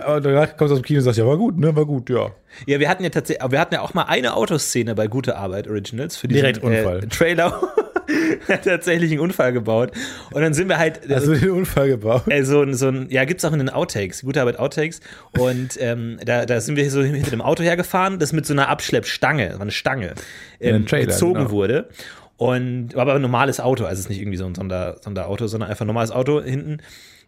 S6: aber danach kommst du aus dem Kino und sagst, ja, war gut, ne, war gut, ja.
S4: Ja, wir hatten ja tatsächlich, aber wir hatten ja auch mal eine Autoszene bei Gute Arbeit Originals für diesen
S6: Direkt Unfall.
S4: Äh, Trailer. Hat tatsächlich einen Unfall gebaut. Und dann sind wir halt.
S6: Also den Unfall gebaut.
S4: äh, so, ein- so ein, ja, gibt's auch in den Outtakes, gute Arbeit Outtakes. Und ähm, da, da sind wir so hinter dem Auto hergefahren, das mit so einer Abschleppstange, war eine Stange, ähm,
S6: ein Trailer,
S4: gezogen
S6: genau.
S4: wurde. Und war aber ein normales Auto, also es ist nicht irgendwie so ein Sonder, Sonderauto, sondern einfach ein normales Auto hinten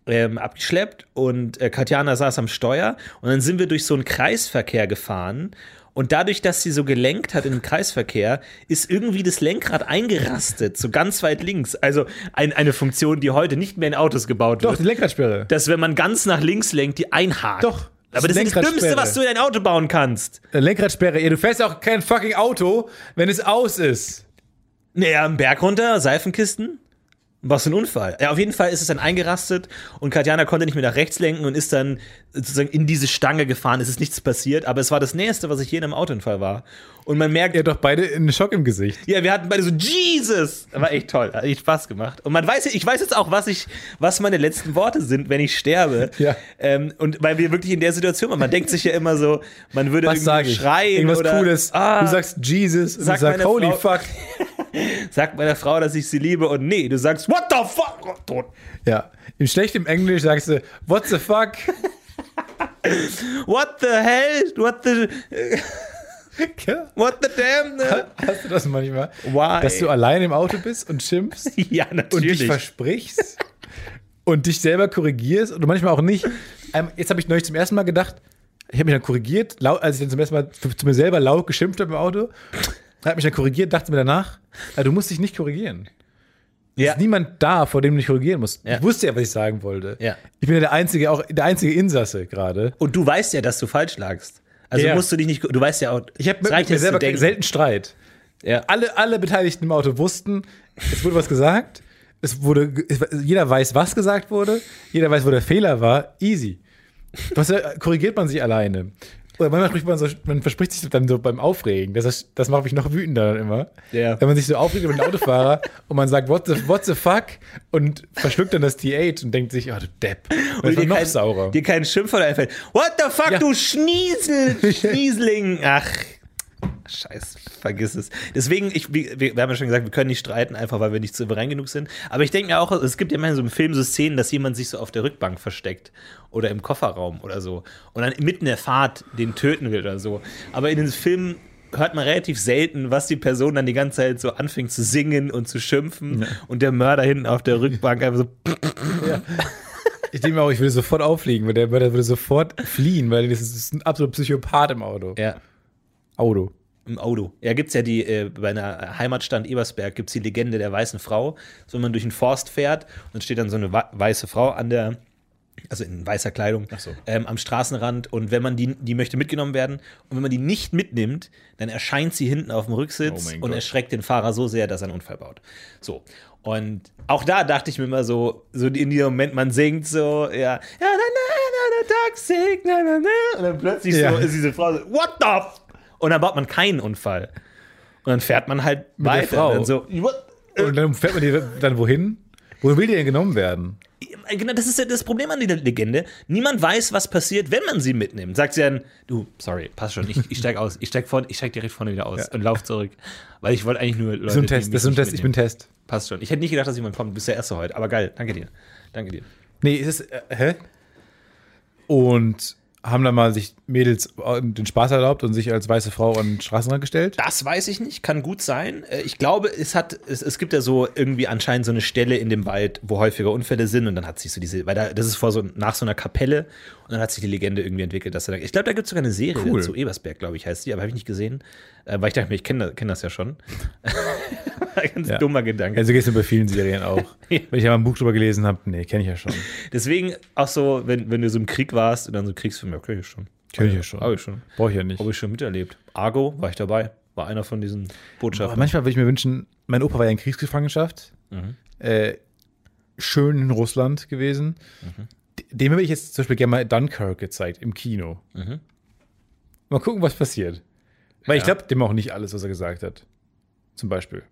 S4: ähm, abgeschleppt. Und äh, Katjana saß am Steuer und dann sind wir durch so einen Kreisverkehr gefahren. Und dadurch, dass sie so gelenkt hat in dem Kreisverkehr, ist irgendwie das Lenkrad eingerastet, so ganz weit links. Also ein, eine Funktion, die heute nicht mehr in Autos gebaut
S6: Doch,
S4: wird
S6: die Lenkradsperre.
S4: dass wenn man ganz nach links lenkt, die einhakt.
S6: Doch, das
S4: Aber das
S6: ist
S4: ist das Dümmste,
S6: Lenkradsperre.
S4: was du in dein Auto bauen kannst.
S6: Lenkradsperre, ja, Äh, du fährst auch kein fucking Auto, wenn es aus ist.
S4: Naja, einen Berg runter, Seifenkisten. Was für ein Unfall. Ja, auf jeden Fall ist es dann eingerastet und Katjana konnte nicht mehr nach rechts lenken und ist dann sozusagen in diese Stange gefahren. Es ist nichts passiert, aber es war das Nächste, was ich je in einem Autounfall war. Und man merkt,
S6: Ihr habt doch beide einen Schock im Gesicht.
S4: Ja, wir hatten beide so Jesus. War echt toll, hat echt Spaß gemacht. Und man weiß, ich weiß jetzt auch, was ich, was meine letzten Worte sind, wenn ich sterbe.
S6: Ja.
S4: Ähm, und weil wir wirklich in der Situation waren. Man denkt sich ja immer so, man würde
S6: Was sage
S4: irgendwie
S6: ich?
S4: schreien
S6: Irgendwas
S4: oder
S6: Cooles.
S4: Ah,
S6: du sagst Jesus und
S4: sag
S6: ich sag
S4: meiner
S6: Holy
S4: Frau-
S6: fuck.
S4: sag meiner Frau, dass ich sie liebe und nee, du sagst What the fuck? Oh, tot.
S6: Ja. Im schlechten Englisch sagst du What the fuck?
S4: What the hell? What the
S6: Ja.
S4: What the damn?
S6: Hast du das manchmal?
S4: Why?
S6: Dass du allein im Auto bist und schimpfst
S4: ja,
S6: und
S4: natürlich.
S6: dich versprichst und dich selber korrigierst und manchmal auch nicht. Ähm, Jetzt habe ich neulich zum ersten Mal gedacht, ich habe mich dann korrigiert, laut, als ich dann zum ersten Mal zu zu mir selber laut geschimpft habe im Auto, habe mich dann korrigiert, dachte mir danach, "Ah, du musst dich nicht korrigieren.
S4: ja.
S6: ist niemand da, vor dem du nicht korrigieren musst.
S4: Ja.
S6: Ich wusste ja, was ich sagen wollte.
S4: Ja.
S6: Ich bin ja der einzige, auch der einzige Insasse gerade.
S4: Und du weißt ja, dass du falsch lagst. Also
S6: Ja.
S4: musst du dich nicht, du weißt ja auch,
S6: Ich habe
S4: es
S6: mit,
S4: reicht
S6: mit mir
S4: jetzt zu
S6: selber
S4: denken.
S6: selten Streit.
S4: Ja.
S6: Alle, alle Beteiligten im Auto wussten, es wurde was gesagt. Es wurde, ge- es, jeder weiß, was gesagt wurde. Jeder weiß, wo der Fehler war. Easy. Was äh, korrigiert man sich alleine? Oder manchmal spricht man so, man verspricht sich dann so beim Aufregen. Das, ist- das macht mich noch wütender dann immer.
S4: Ja.
S6: Wenn man sich so aufregt über den Autofahrer und man sagt, what the, what the fuck? Und verschluckt dann das T8 und denkt sich, oh, du Depp. Und,
S4: Und
S6: ist man
S4: dir
S6: noch
S4: kein,
S6: saurer.
S4: Dir kein Schimpfwort einfällt. What the fuck,
S6: Ja.
S4: du Schniesel, Schniesling. Ach, scheiß, vergiss es. Deswegen, ich, wir, wir haben ja schon gesagt, wir können nicht streiten, einfach weil wir nicht souverän genug sind. Aber ich denke mir auch, es gibt ja manchmal so im Film so Szenen, dass jemand sich so auf der Rückbank versteckt oder im Kofferraum oder so und dann mitten in der Fahrt den töten will oder so. Aber in den Filmen hört man relativ selten, was die Person dann die ganze Zeit so anfängt zu singen und zu schimpfen und der Mörder hinten auf der Rückbank einfach so
S6: Ich denke mir auch, ich würde sofort auflegen, weil der Mörder würde sofort fliehen, weil das ist ein absoluter Psychopath im Auto.
S4: ja.
S6: Auto.
S4: Im Auto. Ja, gibt's ja die, äh, bei einer Heimatstand Ebersberg gibt's die Legende der weißen Frau. So, wenn man durch den Forst fährt und steht dann so eine wa- weiße Frau an der, also in weißer Kleidung, ähm, am Straßenrand und wenn man die, die möchte mitgenommen werden und wenn man die nicht mitnimmt, dann erscheint sie hinten auf dem Rücksitz und erschreckt den Fahrer so sehr, dass er einen Unfall baut. So. Und auch da dachte ich mir immer so, so in diesem Moment, man singt so, ja, ja, na, na, na, na, Toxic, na, na, na, und dann plötzlich
S6: Ja.
S4: so ist diese Frau so, what the f Und dann baut man keinen Unfall. Und dann fährt man halt
S6: der
S4: weiter.
S6: Frau.
S4: Und dann so, what?
S6: Und dann fährt man die dann wohin? Wo will die denn genommen werden?
S4: Genau, das ist ja das Problem an dieser Legende. Niemand weiß, was passiert, wenn man sie mitnimmt. Sagt sie dann, du, sorry, passt schon, ich, ich steig aus, ich steig, vorne, ich steig direkt vorne wieder aus
S6: Ja.
S4: und lauf zurück. Weil ich wollte eigentlich nur Leute,
S6: So ein
S4: die
S6: Test,
S4: mich
S6: das ist so ein
S4: nicht
S6: Test, ich bin
S4: mitnehmen.
S6: Test.
S4: Passt schon. Ich hätte nicht gedacht, dass jemand kommt, du bist der Erste heute, aber geil, danke dir. Danke dir.
S6: Nee, es ist, äh, hä? Und haben da mal sich Mädels äh, den Spaß erlaubt und sich als weiße Frau an den Straßenrand gestellt.
S4: Das weiß ich nicht, kann gut sein. Äh, Ich glaube, es hat, es, es gibt ja so irgendwie anscheinend so eine Stelle in dem Wald, wo häufiger Unfälle sind und dann hat sich so diese, weil da, das ist vor so, nach so einer Kapelle und dann hat sich die Legende irgendwie entwickelt, dass er da, ich glaube, da gibt es sogar eine Serie
S6: Cool.
S4: dazu, Ebersberg, glaube ich, heißt die, aber habe ich nicht gesehen, äh, weil ich dachte mir, ich kenne kenn das ja schon. Ganz
S6: Ja.
S4: dummer Gedanke.
S6: Also geht es bei vielen Serien auch. Wenn ich ja mal ein Buch drüber gelesen habe, nee, kenne ich ja schon.
S4: Deswegen auch so, wenn, wenn du so im Krieg warst und dann so Kriegsfilme, ja, kenn ich schon.
S6: Kenn ich ja schon.
S4: Habe ich schon.
S6: Brauche ich ja nicht.
S4: Habe ich schon miterlebt. Argo war ich dabei. War einer von diesen
S6: Aber
S4: Botschaftern.
S6: manchmal würde ich mir wünschen, mein Opa war ja in Kriegsgefangenschaft,
S4: Mhm.
S6: äh, schön in Russland gewesen.
S4: Mhm.
S6: D- Dem habe ich jetzt zum Beispiel gerne mal Dunkirk gezeigt im Kino.
S4: Mhm.
S6: Mal gucken, was passiert. Weil ich glaube dem auch nicht alles, was er gesagt hat. Zum Beispiel.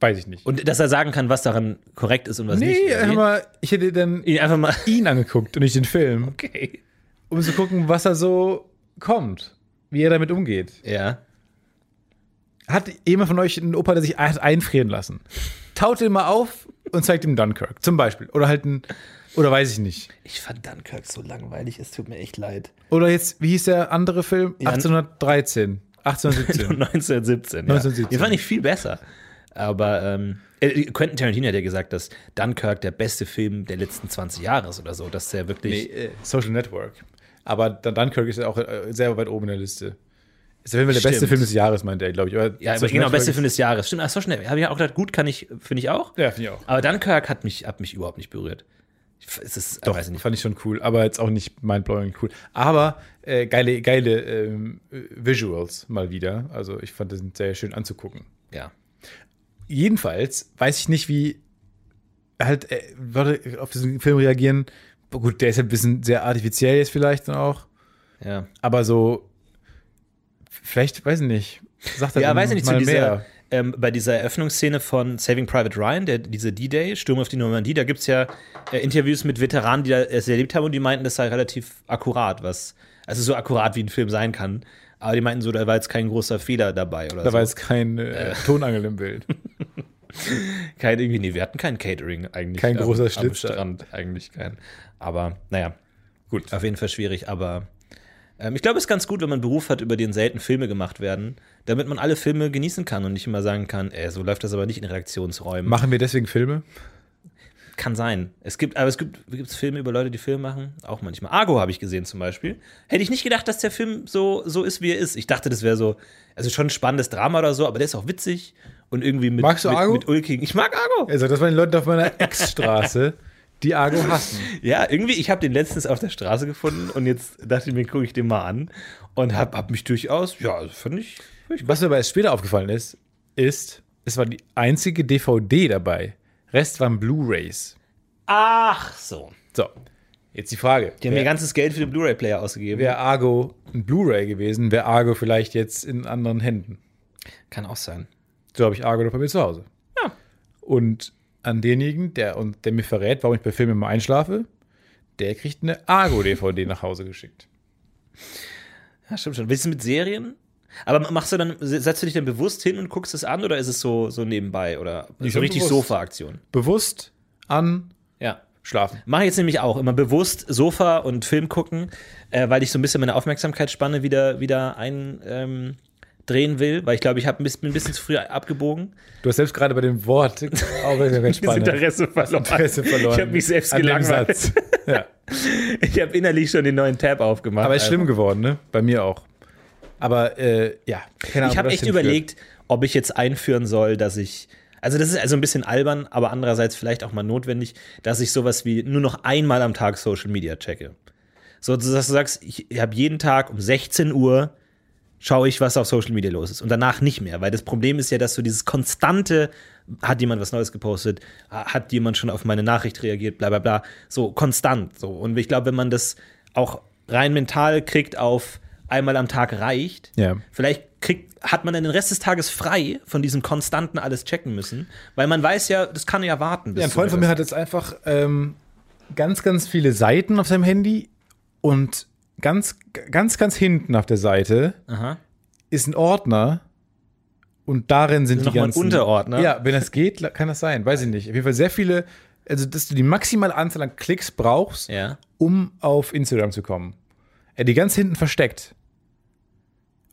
S6: Weiß ich nicht.
S4: Und dass er sagen kann, was daran korrekt ist und was nicht.
S6: nee,
S4: oder wie?
S6: einfach mal, ich hätte dann
S4: ihn einfach mal.
S6: ihn angeguckt und nicht den Film,
S4: Okay.
S6: um zu gucken, was er so kommt, wie er damit umgeht.
S4: Ja.
S6: Hat jemand von euch einen Opa, der sich hat einfrieren lassen? Taut ihn mal auf und zeigt ihm Dunkirk, zum Beispiel. Oder halt ein, oder weiß ich nicht.
S4: Ich fand Dunkirk so langweilig, es tut mir echt leid.
S6: Oder jetzt, wie hieß der andere Film? 1813. 1817.
S4: 1917. Ja.
S6: 1917.
S4: Den fand ich viel besser. Aber ähm, äh, Quentin Tarantino hat ja gesagt, dass Dunkirk der beste Film der letzten 20 Jahre ist oder so. Dass der
S6: nee,
S4: wirklich.
S6: äh, Social Network. Aber dann Dunkirk ist ja auch äh, sehr weit oben in der Liste. Ist auf jeden Fall der beste
S4: Stimmt.
S6: Film des Jahres, meint er, glaube ich. Aber
S4: ja, aber
S6: Social
S4: genau,
S6: Network
S4: beste
S6: ist-
S4: Film des Jahres. Stimmt, ach so schnell. Habe ich ja auch gedacht, gut kann ich, finde ich auch.
S6: Ja, finde ich auch.
S4: Aber Dunkirk hat mich, hat mich überhaupt nicht berührt. Ich f- Es ist, Doch, Ah, weiß ich nicht.
S6: Fand ich schon cool, aber jetzt auch nicht mindblowing cool. Aber äh, geile, geile ähm, äh, Visuals mal wieder. Also ich fand das sehr schön anzugucken.
S4: Ja.
S6: jedenfalls weiß ich nicht, wie halt äh, Leute auf diesen Film reagieren. Gut, der ist ein bisschen sehr artifiziell jetzt vielleicht dann auch,
S4: Ja.
S6: aber so vielleicht, weiß ich nicht. Sagt er
S4: Ja,
S6: dann
S4: weiß ich nicht, zu
S6: mal
S4: dieser,
S6: mehr.
S4: ähm, bei dieser Eröffnungsszene von Saving Private Ryan, der, diese D-Day, Sturm auf die Normandie, da gibt es ja äh, Interviews mit Veteranen, die da es erlebt haben und die meinten, das sei relativ akkurat, was, also so akkurat wie ein Film sein kann. Aber die meinten so, da war jetzt kein großer Fehler dabei oder
S6: Da
S4: so.
S6: war jetzt kein äh, Tonangel im Bild.
S4: Kein, irgendwie, nee, wir hatten kein Catering eigentlich. ähm,
S6: Kein großer
S4: am
S6: Schlitz da.
S4: Strand eigentlich kein. Aber naja, gut. Auf jeden Fall schwierig, aber ähm, ich glaube, es ist ganz gut, wenn man einen Beruf hat, über den selten Filme gemacht werden, damit man alle Filme genießen kann und nicht immer sagen kann, ey, so läuft das aber nicht in Redaktionsräumen.
S6: Machen wir deswegen Filme?
S4: Kann sein. Es gibt, aber es gibt gibt's Filme über Leute, die Filme machen, auch manchmal. Argo habe ich gesehen zum Beispiel. Hätte ich nicht gedacht, dass der Film so, so ist, wie er ist. Ich dachte, das wäre so, also schon ein spannendes Drama oder so, aber der ist auch witzig und irgendwie mit,
S6: Magst du
S4: mit,
S6: Argo?
S4: mit Ulkigen. Ich mag Argo.
S6: Also das waren die Leute auf meiner Ex-Straße, die Argo hassen.
S4: Ja, irgendwie, ich habe den letztens auf der Straße gefunden und jetzt dachte ich mir, gucke ich den mal an und hab, hab mich durchaus, ja, also fand ich.
S6: Was mir aber erst später aufgefallen ist, ist, es war die einzige DVD dabei. Rest waren Blu-rays.
S4: Ach so.
S6: So, jetzt die Frage.
S4: Die haben
S6: Wer-
S4: mir ganzes Geld für den Blu-ray-Player ausgegeben.
S6: wäre Argo ein Blu-ray gewesen, wäre Argo vielleicht jetzt in anderen Händen.
S4: Kann auch sein.
S6: So habe ich Argo noch bei mir zu Hause.
S4: Ja.
S6: Und an denjenigen, der, und der mir verrät, warum ich bei Filmen immer einschlafe, der kriegt eine Argo-DVD nach Hause geschickt.
S4: Ja, stimmt schon. Willst du mit Serien? Aber machst du dann, setzt du dich dann bewusst hin und guckst es an oder ist es so, so nebenbei oder
S6: Nicht
S4: so richtig
S6: bewusst.
S4: Sofa-Aktion?
S6: Bewusst an
S4: Ja.
S6: Schlafen.
S4: Mache ich jetzt nämlich auch immer bewusst Sofa und Film gucken, äh, weil ich so ein bisschen meine Aufmerksamkeitsspanne wieder, wieder eindrehen ähm, drehen will, weil ich glaube, ich habe ein bisschen, bin ein bisschen zu früh abgebogen.
S6: Du hast selbst gerade bei dem Wort Aufmerksamkeitsspanne.
S4: verloren.
S6: Interesse verloren.
S4: Ich habe mich selbst
S6: An dem
S4: gelangweilt.
S6: Satz. Ja.
S4: Ich habe innerlich schon den neuen Tab aufgemacht.
S6: Aber ist schlimm geworden, ne? Bei mir auch. Aber äh, ja, keine Ahnung.
S4: Ich
S6: wo
S4: habe
S6: das
S4: echt
S6: hinführt.
S4: überlegt, ob ich jetzt einführen soll, dass ich. Also, das ist also ein bisschen albern, aber andererseits vielleicht auch mal notwendig, dass ich sowas wie nur noch einmal am Tag Social Media checke. So, dass du sagst, ich habe jeden Tag um 16 Uhr schaue ich, was auf Social Media los ist und danach nicht mehr, weil das Problem ist ja, dass du dieses konstante, hat jemand was Neues gepostet, hat jemand schon auf meine Nachricht reagiert, bla bla bla, so konstant so. Und ich glaube, wenn man das auch rein mental kriegt auf einmal am Tag reicht,
S6: Ja.
S4: vielleicht kriegt, hat man dann den Rest des Tages frei von diesem konstanten alles checken müssen, weil man weiß ja, das kann ja warten. bis
S6: Ja, ein
S4: zu
S6: Freund von mir
S4: etwas-
S6: hat jetzt einfach ähm, ganz, ganz viele Seiten auf seinem Handy und ganz, ganz, ganz hinten auf der Seite
S4: Aha.
S6: ist ein Ordner und darin sind die
S4: nochmal ein
S6: ganzen
S4: Unterordner?
S6: Ja, wenn das geht, la- kann das sein, weiß ich nicht. Auf jeden Fall sehr viele, also dass du die maximale Anzahl an Klicks brauchst,
S4: Ja.
S6: um auf Instagram zu kommen. Er hat die ganz hinten versteckt.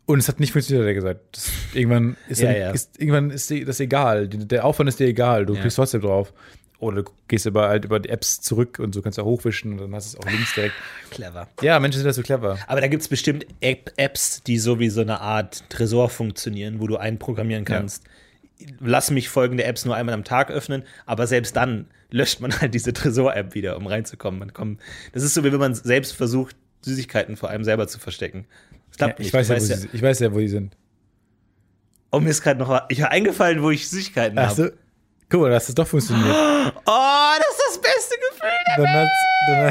S6: Und es hat nicht funktioniert, hat er gesagt. Das, irgendwann ist,
S4: Ja,
S6: dann-
S4: ja.
S6: ist irgendwann ist dir das egal. Die- Der Aufwand ist dir egal. Du kriegst trotzdem drauf. Oder du gehst aber halt über die Apps zurück und so kannst du auch hochwischen und dann hast du es auch links direkt.
S4: Clever.
S6: Ja, Menschen sind das so clever.
S4: Aber da gibt es bestimmt App Apps, die so wie so eine Art Tresor funktionieren, wo du einprogrammieren kannst. Lass mich folgende Apps nur einmal am Tag öffnen, aber selbst dann löscht man halt diese Tresor-App wieder, um reinzukommen. Man kommt, das ist so, wie wenn man selbst versucht, Süßigkeiten vor einem selber zu verstecken. Das
S6: Ja,
S4: klappt
S6: ich,
S4: nicht.
S6: weiß
S4: Du
S6: ja, wo
S4: weißt
S6: sie, sind. ich weiß ja, wo die sind.
S4: Oh, mir ist gerade noch was- ich war eingefallen, wo ich Süßigkeiten
S6: Ach so.
S4: habe.
S6: Guck mal, das hat doch funktioniert.
S4: Oh, das ist das beste Gefühl.
S6: Dann hat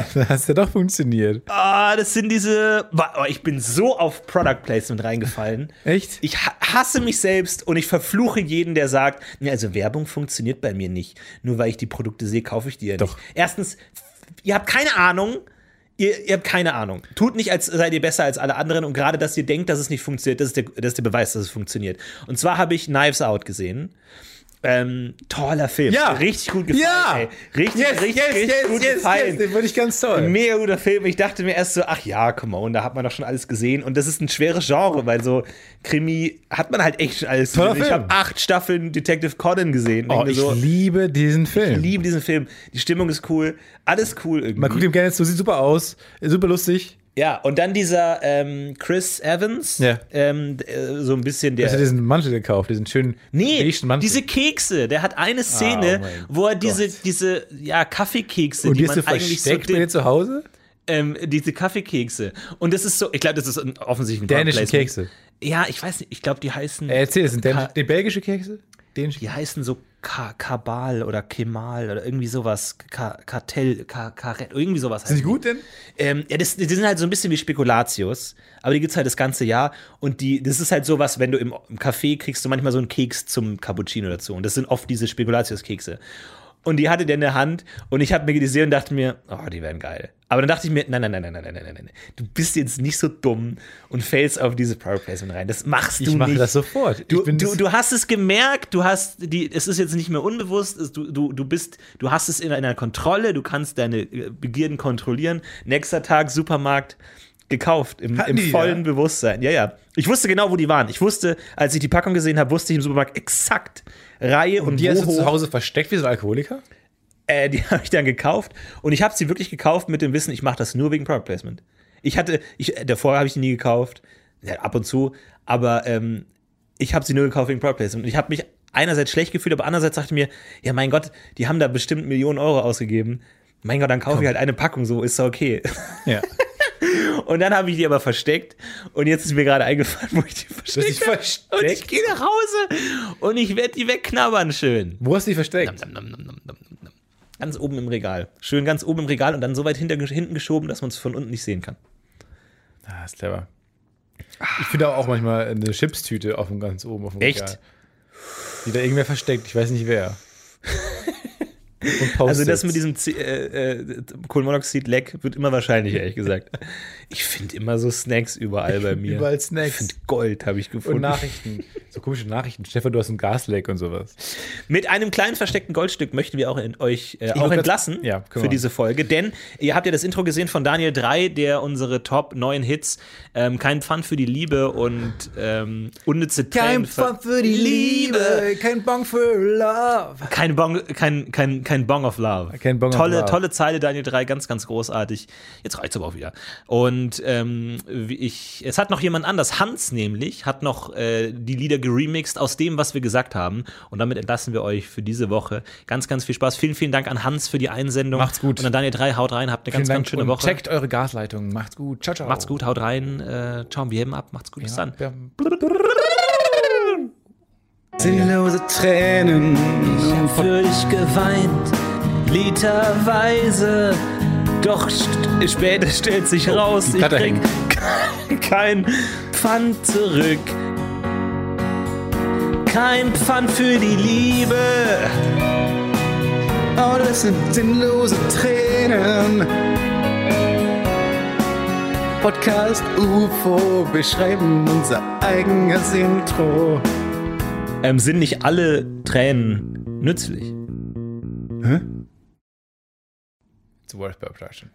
S6: es dann hat's ja doch funktioniert.
S4: Oh, das sind diese. Oh, ich bin so auf Product Placement reingefallen.
S6: Echt?
S4: Ich ha- hasse mich selbst und ich verfluche jeden, der sagt, "Nee, also Werbung funktioniert bei mir nicht. Nur weil ich die Produkte sehe, kaufe ich die ja
S6: Doch.
S4: nicht. Erstens, ihr habt keine Ahnung. Ihr, ihr habt keine Ahnung. Tut nicht, als seid ihr besser als alle anderen. Und gerade, dass ihr denkt, dass es nicht funktioniert, das ist der, das ist der Beweis, dass es funktioniert. Und zwar habe ich Knives Out gesehen. Ähm, toller Film.
S6: Ja.
S4: Richtig gut gefallen.
S6: Ja.
S4: Ey. Richtig,
S6: Yes,
S4: richtig,
S6: yes,
S4: richtig
S6: yes,
S4: gut
S6: yes,
S4: gefallen.
S6: yes, den würde ich ganz toll.
S4: Ein mega guter Film. Ich dachte mir erst so, ach ja, come on, da hat man doch schon alles gesehen. Und das ist ein schweres Genre, weil so Krimi hat man halt echt schon alles
S6: Toller
S4: gesehen. Ich
S6: Film.
S4: habe acht Staffeln Detective Conan gesehen.
S6: Oh,
S4: Denk mir
S6: ich
S4: so,
S6: liebe diesen Film.
S4: ich liebe diesen Film. Die Stimmung ist cool. Alles cool irgendwie.
S6: Man guckt ihm gerne zu, sieht super aus, super lustig.
S4: Ja, und dann dieser ähm, Chris Evans.
S6: Ja.
S4: Ähm, d- äh, so ein bisschen der.
S6: Er hat diesen Mantel gekauft, diesen schönen
S4: Nee,
S6: beigen Mantel.
S4: diese Kekse. Der hat eine Szene,
S6: Ah, oh mein
S4: wo er diese, diese ja, Kaffeekekse,
S6: und die ist
S4: man
S6: so
S4: eigentlich so
S6: versteckt bei dir zu Hause?
S4: ähm, diese Kaffeekekse. Und das ist so, ich glaube, das ist ein- offensichtlich ein
S6: Dänische
S4: Product
S6: Kekse.
S4: Placement. Ja, ich weiß nicht, ich glaube, die heißen,
S6: Äh, erzähl, sind
S4: Ka-
S6: dänische, die belgische Kekse? Dänische
S4: die heißen so Ka Kabal oder Kemal oder irgendwie sowas, Ka Kartell, Ka Karett, irgendwie sowas.
S6: Sind die
S4: heißen
S6: gut denn?
S4: Ähm, ja, das, die sind halt so ein bisschen wie Spekulatius, aber die gibt's halt das ganze Jahr. Und die, das ist halt sowas, wenn du im, im Café kriegst du manchmal so einen Keks zum Cappuccino dazu. Und das sind oft diese Spekulatius-Kekse. Und die hatte der in der Hand und ich habe mir die gesehen und dachte mir, oh, die wären geil. Aber dann dachte ich mir, nein, nein, nein, nein, nein, nein, nein, nein. Du bist jetzt nicht so dumm und fällst auf diese Private Placement rein. Das machst du
S6: Ich mache
S4: nicht.
S6: das sofort. Ich
S4: Du,
S6: bin
S4: du,
S6: das-
S4: du hast es gemerkt, du hast die, es ist jetzt nicht mehr unbewusst, es, du, du, du bist, du hast es in einer Kontrolle, du kannst deine äh, Begierden kontrollieren. Nächster Tag, Supermarkt, gekauft, im,
S6: Hatten
S4: im
S6: die,
S4: vollen
S6: ja?
S4: Bewusstsein. Ja, ja. Ich wusste genau, wo die waren. Ich wusste, als ich die Packung gesehen habe, wusste ich im Supermarkt exakt Reihe und,
S6: Und die hast du
S4: wo
S6: zu
S4: hoch.
S6: Hause versteckt wie so ein Alkoholiker?
S4: Äh, die habe ich dann gekauft und ich habe sie wirklich gekauft mit dem Wissen, ich mache das nur wegen Product Placement. Ich hatte, ich, äh, davor habe ich die nie gekauft, ja, ab und zu, aber ähm, ich habe sie nur gekauft wegen Product Placement. Und ich habe mich einerseits schlecht gefühlt, aber andererseits dachte ich mir, ja mein Gott, die haben da bestimmt Millionen Euro ausgegeben. Mein Gott, dann kaufe ich halt eine Packung, so ist doch okay.
S6: Ja.
S4: Und dann habe ich die aber versteckt und jetzt ist mir gerade eingefallen, wo ich die
S6: Du hast dich
S4: versteckt habe.
S6: versteckt?
S4: Und ich gehe nach Hause und ich werde die wegknabbern schön.
S6: Wo hast du die versteckt?
S4: Nom, nom, nom, nom, nom, nom, nom. Ganz oben im Regal. Schön ganz oben im Regal und dann so weit hinter, hinten geschoben, dass man es von unten nicht sehen kann.
S6: Ah, ist clever. Ich finde aber auch manchmal eine Chipstüte auf dem ganz oben auf dem
S4: Echt?
S6: Regal. Die da irgendwer versteckt, ich weiß nicht wer. Und
S4: Also das
S6: Post-its.
S4: mit diesem C- äh, äh, Kohlenmonoxid-Leck wird immer wahrscheinlicher, ehrlich gesagt. Ich finde immer so Snacks überall bei mir.
S6: Überall Snacks.
S4: Ich finde Gold, habe ich
S6: und
S4: gefunden.
S6: Nachrichten. So komische Nachrichten. Stefan, du hast ein Gasleck und sowas.
S4: Mit einem kleinen versteckten Goldstück möchten wir auch in euch äh, auch
S6: wollte
S4: entlassen
S6: grad- Ja, können
S4: für
S6: wir machen.
S4: diese Folge. Denn ihr habt ja das Intro gesehen von Daniel 3, der unsere Top 9 Hits ähm, Kein Pfand für die Liebe und ähm, Unnütze Tränen ver-
S6: kein Bang für Love.
S4: Kein Bong, kein, kein, kein Bong of Love.
S6: Kein Bong of
S4: tolle,
S6: Love.
S4: tolle Zeile, Daniel 3, ganz, ganz großartig. Jetzt reicht's aber auch wieder. Und ähm, wie ich, es hat noch jemand anders, Hans nämlich, hat noch äh, die Lieder geremixed aus dem, was wir gesagt haben. Und damit entlassen wir euch für diese Woche. Ganz, ganz viel Spaß. Vielen, vielen Dank an Hans für die Einsendung.
S6: Macht's gut.
S4: Und an Daniel 3, haut rein, habt eine ganz, ganz schöne
S6: und
S4: Woche.
S6: Checkt eure Gasleitungen. Macht's gut. Ciao, ciao.
S4: Macht's gut, haut rein. Äh, ciao, wir heben ab. Macht's gut, bis dann.
S6: Ja.
S3: Sinnlose Tränen und für dich geweint, literweise.
S4: Doch st später stellt sich raus,
S6: die
S4: ich
S6: Platte
S4: krieg kein Pfand zurück. Kein Pfand für die Liebe.
S3: Oh, das sind sinnlose Tränen. Podcast UFO, wir schreiben unser eigenes Intro.
S4: Ähm, sind nicht alle Tränen nützlich?
S6: It's a worth production.